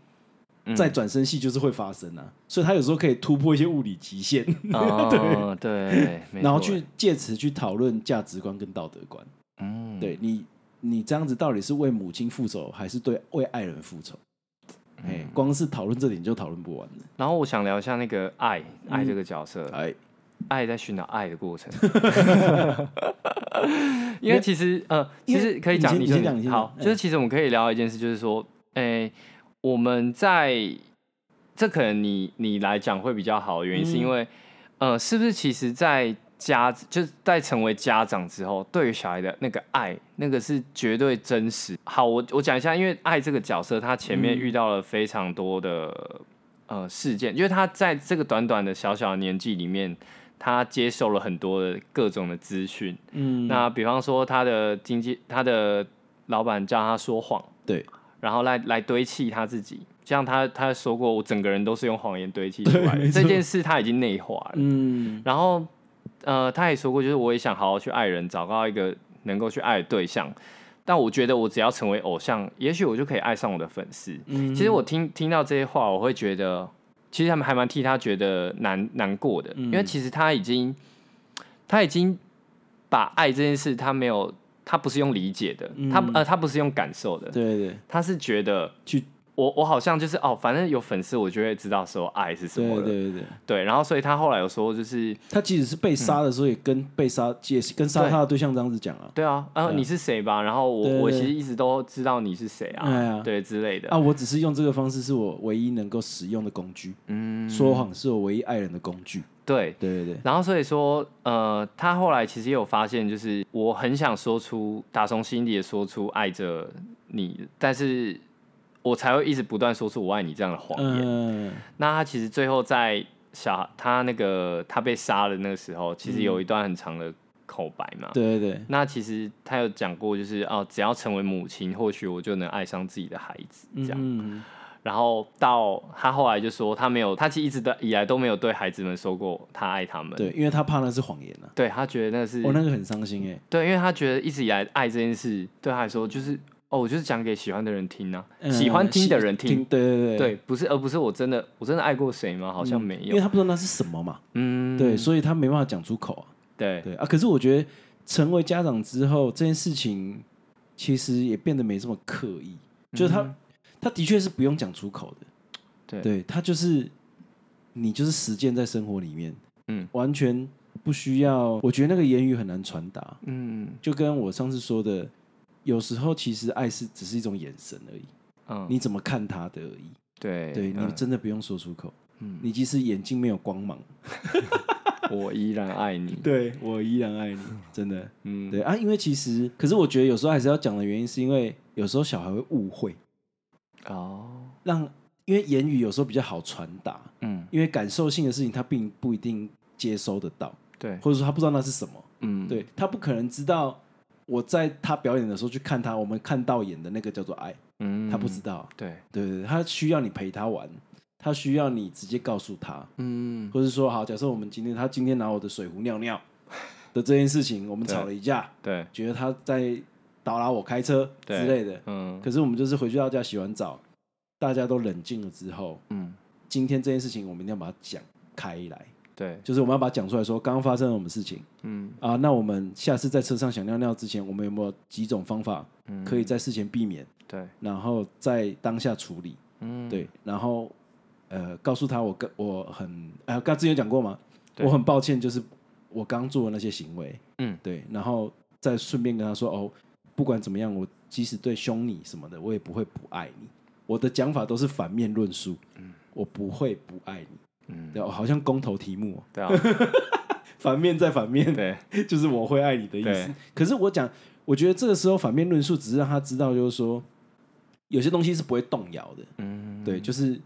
[SPEAKER 1] 嗯
[SPEAKER 2] 在转身戏就是会发生啊，所以他有时候可以突破一些物理极限， [LAUGHS]
[SPEAKER 1] 哦对，没
[SPEAKER 2] 然后
[SPEAKER 1] 错欸
[SPEAKER 2] 去借此去讨论价值观跟道德观。
[SPEAKER 1] 嗯
[SPEAKER 2] 对你，你这样子到底是为母亲复仇，还是对为爱人复仇？哎、
[SPEAKER 1] 嗯
[SPEAKER 2] 光是讨论这点就讨论不完了。
[SPEAKER 1] 然后我想聊一下那个爱爱这个角色，
[SPEAKER 2] 哎，
[SPEAKER 1] 爱在寻找爱的过
[SPEAKER 2] [LAUGHS]
[SPEAKER 1] 程。因为其实呃，其实可以讲，
[SPEAKER 2] 你
[SPEAKER 1] 说
[SPEAKER 2] 先讲，你先讲
[SPEAKER 1] 好，
[SPEAKER 2] 哎
[SPEAKER 1] 就是其实我们可以聊一件事，就是说，诶、我们在这可能你你来讲会比较好，原因
[SPEAKER 2] 嗯
[SPEAKER 1] 是因为、呃，是不是其实，在家就是在成为家长之后，对于小孩的那个爱，那个是绝对真实。好，我我讲一下，因为爱这个角色，他前
[SPEAKER 2] 嗯
[SPEAKER 1] 面遇到了非常多的、呃事件，因为他在这个短短的小小的年纪里面，他接受了很多的各种的资讯。
[SPEAKER 2] 嗯，
[SPEAKER 1] 那比方说他的经济，他的老板叫他说谎，
[SPEAKER 2] 对，
[SPEAKER 1] 然后来来堆砌他自己。像他他说过，我整个人都是用谎言堆砌出来的。这件事他已经内化了。
[SPEAKER 2] 嗯，
[SPEAKER 1] 然后呃，他也说过，就是我也想好好去爱人，找到一个能够去爱的对象。但我觉得我只要成为偶像，也许我就可以爱上我的粉丝。
[SPEAKER 2] 嗯
[SPEAKER 1] 其实我听听到这些话，我会觉得，其实他们还蛮替他觉得难难过的，
[SPEAKER 2] 嗯
[SPEAKER 1] 因为其实他已经他已经把爱这件事，他没有。他不是用理解的，他呃，他不是用感受的，
[SPEAKER 2] 嗯对对对
[SPEAKER 1] 他是觉得
[SPEAKER 2] 去
[SPEAKER 1] 我我好像就是哦，反正有粉丝，我就会知道说爱是 [LAUGHS] 什么了。
[SPEAKER 2] 对对对，
[SPEAKER 1] 对，然后所以他后来有说，就是
[SPEAKER 2] 他即使是被杀的时候，也跟被杀也是跟
[SPEAKER 1] 嗯
[SPEAKER 2] 杀
[SPEAKER 1] 对
[SPEAKER 2] 他的对象这样子讲啊，
[SPEAKER 1] 对啊，然后你是谁吧？然后我
[SPEAKER 2] 对
[SPEAKER 1] 我
[SPEAKER 2] 对
[SPEAKER 1] 其实一直都知道你是谁
[SPEAKER 2] 哎
[SPEAKER 1] 啊
[SPEAKER 2] 呀，
[SPEAKER 1] 对之类的
[SPEAKER 2] 啊，。我只是用这个方式是我唯一能够使用的工具，
[SPEAKER 1] 嗯，
[SPEAKER 2] 说谎是我唯一爱人的工具，
[SPEAKER 1] 对。
[SPEAKER 2] 对对对，
[SPEAKER 1] 然后所以说，呃，他后来其实也有发现，就是我很想说出，打从心底的说出爱着你，但是我才会一直不断说出我爱你这样的谎言。
[SPEAKER 2] 嗯，
[SPEAKER 1] 那他其实最后在小他那个他被杀的那个时候，其实有一段很长的口白嘛。
[SPEAKER 2] 嗯对对对，
[SPEAKER 1] 那其实他有讲过，就是哦，只要成为母亲，或许我就能爱上自己的孩子这样。
[SPEAKER 2] 嗯，
[SPEAKER 1] 然后到他后来就说他没有，他其实一直的以来都没有对孩子们说过他爱他们。
[SPEAKER 2] 对，因为他怕那是谎言啊，
[SPEAKER 1] 对他觉得那是、
[SPEAKER 2] 我那个很伤心哎，
[SPEAKER 1] 对，因为他觉得一直以来爱这件事对他来说就是哦，我就是讲给喜欢的人听啊，
[SPEAKER 2] 嗯
[SPEAKER 1] 喜欢听的人
[SPEAKER 2] 喜
[SPEAKER 1] 听。
[SPEAKER 2] 对对对嗯
[SPEAKER 1] 对，不是，而不是我真的，我真的爱过谁吗？好像没
[SPEAKER 2] 因
[SPEAKER 1] 有
[SPEAKER 2] 为。他不知道那是什么嘛，
[SPEAKER 1] 嗯，
[SPEAKER 2] 对，所以他没办法讲出口啊。
[SPEAKER 1] 对
[SPEAKER 2] 对啊，可是我觉得成为家长之后，这件事情其实也变得没这么刻意，就是他、他的确是不用讲出口的，
[SPEAKER 1] 嗯对
[SPEAKER 2] 他就是你就是实践在生活里面，
[SPEAKER 1] 嗯，
[SPEAKER 2] 完全不需要，我觉得那个言语很难传达，
[SPEAKER 1] 嗯
[SPEAKER 2] 就跟我上次说的，有时候其实爱是只是一种眼神而已，
[SPEAKER 1] 嗯，
[SPEAKER 2] 你怎么看他的而已，
[SPEAKER 1] 对
[SPEAKER 2] 对你
[SPEAKER 1] 嗯
[SPEAKER 2] 真的不用说出口，
[SPEAKER 1] 嗯
[SPEAKER 2] 你即使眼睛没有光芒，
[SPEAKER 1] 我依然爱你。
[SPEAKER 2] 对我依然爱你，真的。
[SPEAKER 1] 嗯，
[SPEAKER 2] 对啊，因为其实，可是我觉得有时候还是要讲的原因，是因为有时候小孩会误会，
[SPEAKER 1] 哦，
[SPEAKER 2] 让因为言语有时候比较好传达，
[SPEAKER 1] 嗯，
[SPEAKER 2] 因为感受性的事情他并不一定接收得到，
[SPEAKER 1] 对，
[SPEAKER 2] 或者说他不知道那是什么，
[SPEAKER 1] 嗯，
[SPEAKER 2] 对他不可能知道我在他表演的时候去看他，我们看到演的那个叫做爱，
[SPEAKER 1] 嗯，
[SPEAKER 2] 他不知道，
[SPEAKER 1] 对，
[SPEAKER 2] 对对对，他需要你陪他玩，他需要你直接告诉他，
[SPEAKER 1] 嗯，
[SPEAKER 2] 或是说好，假设我们今天他今天拿我的水壶尿尿的这件事情，我们吵了一架。
[SPEAKER 1] 对，
[SPEAKER 2] 觉得他在打扰我开车之类的。
[SPEAKER 1] 嗯
[SPEAKER 2] 可是我们就是回去到家洗完澡，大家都冷静了之后，
[SPEAKER 1] 嗯，
[SPEAKER 2] 今天这件事情我们一定要把它讲开来，
[SPEAKER 1] 对，
[SPEAKER 2] 就是我们要把它讲出来说，刚刚发生了什么事情
[SPEAKER 1] 嗯
[SPEAKER 2] 啊？那我们下次在车上想尿尿之前，我们有没有几种方法
[SPEAKER 1] 嗯，
[SPEAKER 2] 可以在事前避免，
[SPEAKER 1] 对，
[SPEAKER 2] 然后在当下处理？
[SPEAKER 1] 嗯，
[SPEAKER 2] 对，然后呃，告诉他我跟我很呃，刚之前有讲过吗？
[SPEAKER 1] 对
[SPEAKER 2] 我很抱歉，就是我刚做的那些行为，
[SPEAKER 1] 嗯，
[SPEAKER 2] 对，然后再顺便跟他说哦，不管怎么样，我即使对凶你什么的，我也不会不爱你。我的讲法都是反面论述，嗯，我不会不爱你，
[SPEAKER 1] 嗯，
[SPEAKER 2] 对，哦好像公投题目哦、
[SPEAKER 1] 对啊，
[SPEAKER 2] [LAUGHS] 反面再反面，
[SPEAKER 1] 对，
[SPEAKER 2] [LAUGHS] 就是我会爱你的意思
[SPEAKER 1] 对。
[SPEAKER 2] 可是我讲，我觉得这个时候反面论述只是让他知道，就是说有些东西是不会动摇的，
[SPEAKER 1] 嗯，
[SPEAKER 2] 对，就是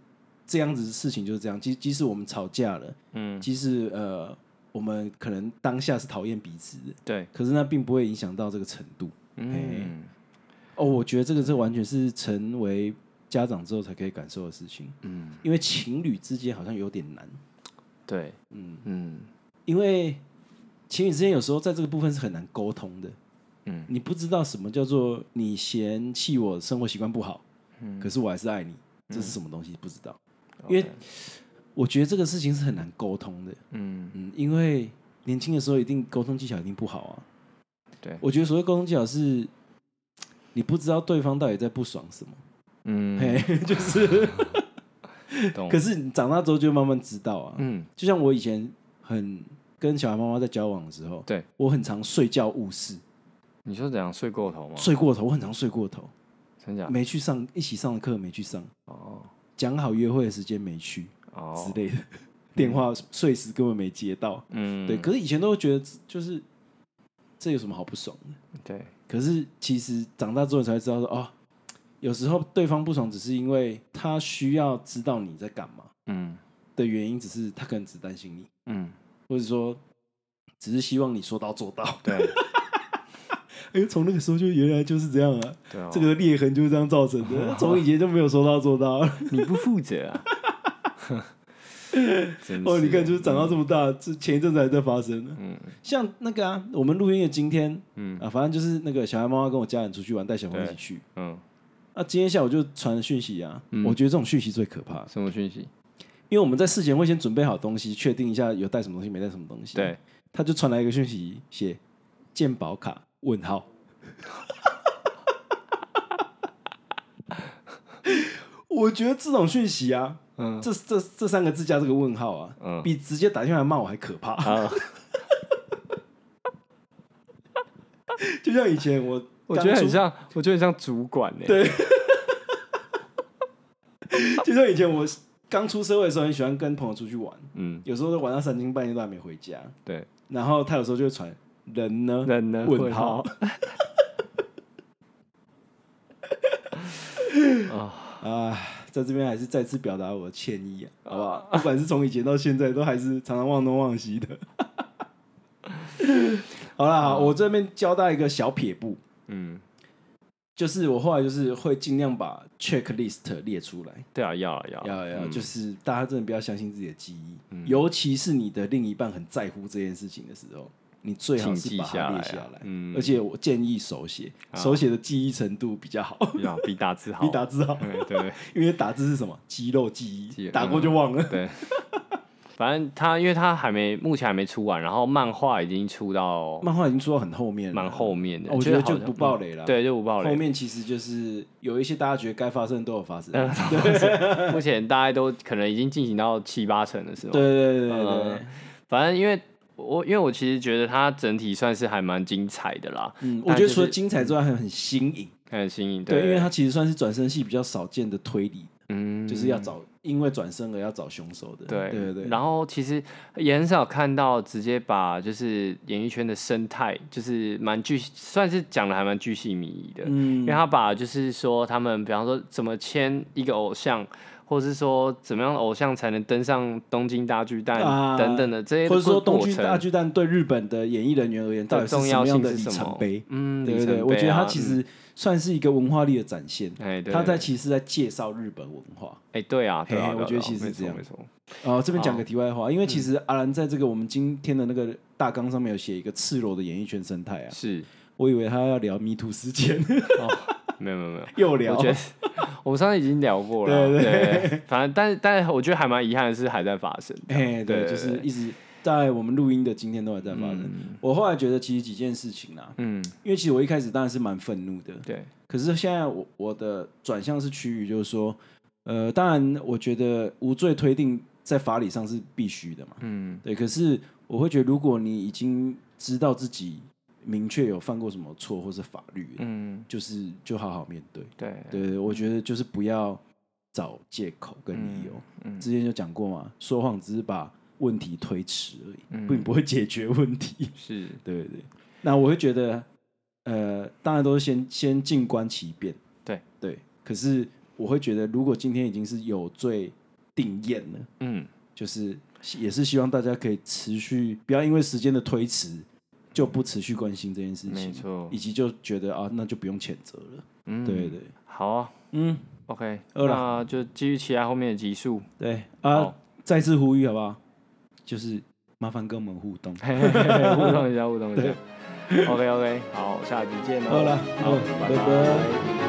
[SPEAKER 2] 这样子，事情就是这样。即即使我们吵架了，
[SPEAKER 1] 嗯，
[SPEAKER 2] 即使呃，我们可能当下是讨厌彼此的，
[SPEAKER 1] 对，
[SPEAKER 2] 可是那并不会影响到这个程度。
[SPEAKER 1] 嗯，
[SPEAKER 2] 哦，我觉得这个这完全是成为家长之后才可以感受的事情。
[SPEAKER 1] 嗯，
[SPEAKER 2] 因为情侣之间好像有点难，
[SPEAKER 1] 对，
[SPEAKER 2] 嗯，
[SPEAKER 1] 嗯，
[SPEAKER 2] 因为情侣之间有时候在这个部分是很难沟通的。
[SPEAKER 1] 嗯，
[SPEAKER 2] 你不知道什么叫做你嫌弃我生活习惯不好，
[SPEAKER 1] 嗯
[SPEAKER 2] 可是我还是爱你，这是什么东西？不知道。
[SPEAKER 1] OK
[SPEAKER 2] 因为我觉得这个事情是很难沟通的。
[SPEAKER 1] 嗯，
[SPEAKER 2] 嗯，因为年轻的时候一定沟通技巧一定不好啊。
[SPEAKER 1] 对，
[SPEAKER 2] 我觉得所谓沟通技巧是，你不知道对方到底在不爽什么，
[SPEAKER 1] 嗯，
[SPEAKER 2] 嘿， [LAUGHS] 就是，
[SPEAKER 1] 懂
[SPEAKER 2] [LAUGHS] 可，是你长大之后就慢慢知道啊。
[SPEAKER 1] 嗯，
[SPEAKER 2] 就像我以前很跟小孩妈妈在交往的时候，
[SPEAKER 1] 对
[SPEAKER 2] 我很常睡觉误事，
[SPEAKER 1] 你说怎样睡过头吗？
[SPEAKER 2] 睡过头，我很常睡过头，
[SPEAKER 1] 真假？
[SPEAKER 2] 没去上一起上的课没去上，
[SPEAKER 1] 啊哦
[SPEAKER 2] 讲好约会的时间没去之
[SPEAKER 1] 哦，
[SPEAKER 2] 类的，电话碎时根本没接到。
[SPEAKER 1] 嗯，
[SPEAKER 2] 对，可是以前都会觉得就是这有什么好不爽的？
[SPEAKER 1] 对
[SPEAKER 2] 可是其实长大之后才知道说，哦，有时候对方不爽只是因为他需要知道你在干嘛
[SPEAKER 1] 嗯
[SPEAKER 2] 的原因，只是他可能只担心你，
[SPEAKER 1] 嗯，
[SPEAKER 2] 或者说只是希望你说到做到。 [LAUGHS]
[SPEAKER 1] 对
[SPEAKER 2] 哎，从那个时候就原来就是这样啊，
[SPEAKER 1] 对哦，
[SPEAKER 2] 这个裂痕就是这样造成
[SPEAKER 1] [LAUGHS]
[SPEAKER 2] 的。从以前就没有说到做到，
[SPEAKER 1] 你不负责啊！ [LAUGHS] 真
[SPEAKER 2] [LAUGHS] 哦，你看
[SPEAKER 1] 的
[SPEAKER 2] 就是长到这么大，这前一阵子还在发生呢。
[SPEAKER 1] 嗯
[SPEAKER 2] 像那个啊，我们录音的今天
[SPEAKER 1] 嗯
[SPEAKER 2] 啊，反正就是那个小孩妈妈跟我家人出去玩，带小朋友一起去。
[SPEAKER 1] 嗯，
[SPEAKER 2] 那今天下午就传了讯息啊，
[SPEAKER 1] 嗯
[SPEAKER 2] 我觉得这种讯息最可怕，
[SPEAKER 1] 什么讯息？
[SPEAKER 2] 因为我们在事前会先准备好东西，确定一下有带什么东西，没带什么东西。，
[SPEAKER 1] 对，
[SPEAKER 2] 他就传来一个讯息，写鉴宝卡问
[SPEAKER 1] [LAUGHS]
[SPEAKER 2] 号。我觉得这种讯息啊，
[SPEAKER 1] 嗯
[SPEAKER 2] 这这这三个字加这个问号啊，
[SPEAKER 1] 嗯
[SPEAKER 2] 比直接打电话来骂我还可怕。 [LAUGHS]
[SPEAKER 1] 啊，
[SPEAKER 2] 就像以前我，
[SPEAKER 1] [LAUGHS] 我觉得很
[SPEAKER 2] 像。欸
[SPEAKER 1] 像，我觉得很像主管呢。
[SPEAKER 2] 对就像以前我刚出社会的时候，很喜欢跟朋友出去玩，
[SPEAKER 1] 嗯，
[SPEAKER 2] 有时候都玩到三更半夜都还没回家。
[SPEAKER 1] 对，
[SPEAKER 2] 然后他有时候就会传人呢，
[SPEAKER 1] 人呢？
[SPEAKER 2] 问号啊，在这边还是再次表达我的歉意啊，好不好？不管是从以前到现在，都还是常常忘东忘西的。 [LAUGHS] 好啦，好我这边交代一个小撇步，
[SPEAKER 1] 嗯，
[SPEAKER 2] 就是我后来就是会尽量把 checklist 列出来，
[SPEAKER 1] 对啊，要啊要啊
[SPEAKER 2] 要要，
[SPEAKER 1] 嗯
[SPEAKER 2] 就是大家真的不要相信自己的记忆，
[SPEAKER 1] 嗯
[SPEAKER 2] 尤其是你的另一半很在乎这件事情的时候，你最好
[SPEAKER 1] 请
[SPEAKER 2] 是
[SPEAKER 1] 记
[SPEAKER 2] 把它
[SPEAKER 1] 下来
[SPEAKER 2] 列
[SPEAKER 1] 啊
[SPEAKER 2] 下来。
[SPEAKER 1] 嗯
[SPEAKER 2] 而且我建议手写，手写的记忆程度比较好，
[SPEAKER 1] 要啊比打字好，
[SPEAKER 2] [LAUGHS] 比打字好，
[SPEAKER 1] 对对
[SPEAKER 2] 因为打字是什么肌肉记
[SPEAKER 1] 记
[SPEAKER 2] 忆，
[SPEAKER 1] 忆嗯
[SPEAKER 2] 打过就忘了。
[SPEAKER 1] 对。 [LAUGHS] 反正他，因为他还没，目前还没出完，然后漫画已经出到
[SPEAKER 2] 漫画已经说到很后面了，
[SPEAKER 1] 蛮后面的，
[SPEAKER 2] 哦我觉得
[SPEAKER 1] 是好
[SPEAKER 2] 就
[SPEAKER 1] 像
[SPEAKER 2] 不爆雷了
[SPEAKER 1] 嗯对，就不爆
[SPEAKER 2] 后
[SPEAKER 1] 雷。
[SPEAKER 2] 面其实就是有一些大家觉得该发生的都
[SPEAKER 1] [LAUGHS]
[SPEAKER 2] 有发生。
[SPEAKER 1] 嗯 [LAUGHS] 目前大概都可能已经进行到七八成了，是吗？
[SPEAKER 2] 对对对对对
[SPEAKER 1] 嗯，反正因为我因为我其实觉得它整体算是还蛮精彩的啦，
[SPEAKER 2] 嗯，我
[SPEAKER 1] 但
[SPEAKER 2] 觉得
[SPEAKER 1] 就
[SPEAKER 2] 除了
[SPEAKER 1] 是
[SPEAKER 2] 精彩之外，还很新颖。
[SPEAKER 1] 很新颖，
[SPEAKER 2] 对，因为它其实算是转身系比较少见的推理
[SPEAKER 1] 嗯
[SPEAKER 2] 就是要找因为转身而要找凶手的。
[SPEAKER 1] 对
[SPEAKER 2] 对对对，
[SPEAKER 1] 然后其实也很少看到直接把就是演艺圈的生态，就是蛮具算是讲的还蛮具细迷遗的，因
[SPEAKER 2] 嗯
[SPEAKER 1] 为他把就是说他们比方说怎么签一个偶像。或是说怎么样的偶像才能登上东京大巨蛋、
[SPEAKER 2] 啊
[SPEAKER 1] 等等的这些
[SPEAKER 2] 或者说
[SPEAKER 1] 过
[SPEAKER 2] 东
[SPEAKER 1] 过
[SPEAKER 2] 京
[SPEAKER 1] 程
[SPEAKER 2] 大巨蛋对日本的演艺人员而言，到底
[SPEAKER 1] 的
[SPEAKER 2] 是
[SPEAKER 1] 重
[SPEAKER 2] 什
[SPEAKER 1] 要
[SPEAKER 2] 么样
[SPEAKER 1] 性
[SPEAKER 2] 的
[SPEAKER 1] 是
[SPEAKER 2] 里
[SPEAKER 1] 什
[SPEAKER 2] 程
[SPEAKER 1] 么？
[SPEAKER 2] 碑？
[SPEAKER 1] 嗯，
[SPEAKER 2] 对
[SPEAKER 1] 里
[SPEAKER 2] 对对，
[SPEAKER 1] 程
[SPEAKER 2] 我
[SPEAKER 1] 碑
[SPEAKER 2] 觉得
[SPEAKER 1] 啊
[SPEAKER 2] 它其实算是一个文化力的展现，
[SPEAKER 1] 嗯哎，对
[SPEAKER 2] 它
[SPEAKER 1] 对
[SPEAKER 2] 在
[SPEAKER 1] 对
[SPEAKER 2] 其实在介绍日本文化。
[SPEAKER 1] 哎、对啊，对啊，
[SPEAKER 2] 嘿嘿
[SPEAKER 1] 对啊
[SPEAKER 2] 我觉
[SPEAKER 1] 对
[SPEAKER 2] 得
[SPEAKER 1] 啊
[SPEAKER 2] 其实
[SPEAKER 1] 没
[SPEAKER 2] 是这
[SPEAKER 1] 错
[SPEAKER 2] 样
[SPEAKER 1] 没错，
[SPEAKER 2] 哦，这边讲个题外话，因为
[SPEAKER 1] 嗯
[SPEAKER 2] 其实阿兰在这个我们今天的那个大纲上面有写一个赤裸的演艺圈生态啊，
[SPEAKER 1] 是，
[SPEAKER 2] 我以为他要聊 Me Too
[SPEAKER 1] [LAUGHS]
[SPEAKER 2] 事件，
[SPEAKER 1] 没有没有没有，
[SPEAKER 2] 又 [LAUGHS] 聊
[SPEAKER 1] 我觉得我们上次已经聊过了啊，
[SPEAKER 2] 对
[SPEAKER 1] 对反正但但我觉得还蛮遗憾的是还在发生，
[SPEAKER 2] [LAUGHS] 哎，
[SPEAKER 1] 对
[SPEAKER 2] 对，就是一直在我们录音的今天都还在发生。我后来觉得其实几件事情啦，
[SPEAKER 1] 嗯，
[SPEAKER 2] 因为其实我一开始当然是蛮愤怒的，
[SPEAKER 1] 对，
[SPEAKER 2] 可是现在我我的转向是趋于就是说，呃，当然我觉得无罪推定在法理上是必须的嘛，
[SPEAKER 1] 嗯
[SPEAKER 2] 对。可是我会觉得，如果你已经知道自己明确有犯过什么错或是法律，
[SPEAKER 1] 嗯，
[SPEAKER 2] 就是就好好面对。
[SPEAKER 1] 对，
[SPEAKER 2] 对，我觉得就是不要找借口跟理由。
[SPEAKER 1] 嗯
[SPEAKER 2] 之前就讲过嘛，说谎只是把问题推迟而已，
[SPEAKER 1] 嗯
[SPEAKER 2] 并不会解决问题。
[SPEAKER 1] 是，
[SPEAKER 2] 对对对，那我会觉得，呃，当然都是先先静观其变，
[SPEAKER 1] 对
[SPEAKER 2] 对。可是我会觉得，如果今天已经是有罪定验了，
[SPEAKER 1] 嗯，
[SPEAKER 2] 就是也是希望大家可以持续，不要因为时间的推迟就不持续关心这件事
[SPEAKER 1] 没
[SPEAKER 2] 情，
[SPEAKER 1] 错
[SPEAKER 2] 以，及就觉得啊，那就不用谴责了。
[SPEAKER 1] 嗯，
[SPEAKER 2] 对对，
[SPEAKER 1] 好啊
[SPEAKER 2] 嗯，
[SPEAKER 1] ，OK，
[SPEAKER 2] 饿了
[SPEAKER 1] 那就继续期待后面的集
[SPEAKER 2] [LAUGHS]
[SPEAKER 1] 数，
[SPEAKER 2] 对
[SPEAKER 1] 好
[SPEAKER 2] 啊，，再次呼吁好不好？就是麻烦跟我们互动。
[SPEAKER 1] 嘿嘿嘿嘿互动一下，互动一下，OK OK，好，下集见喽，
[SPEAKER 2] 好了，
[SPEAKER 1] 好，
[SPEAKER 2] 嗯
[SPEAKER 1] 拜
[SPEAKER 2] 拜拜
[SPEAKER 1] 拜。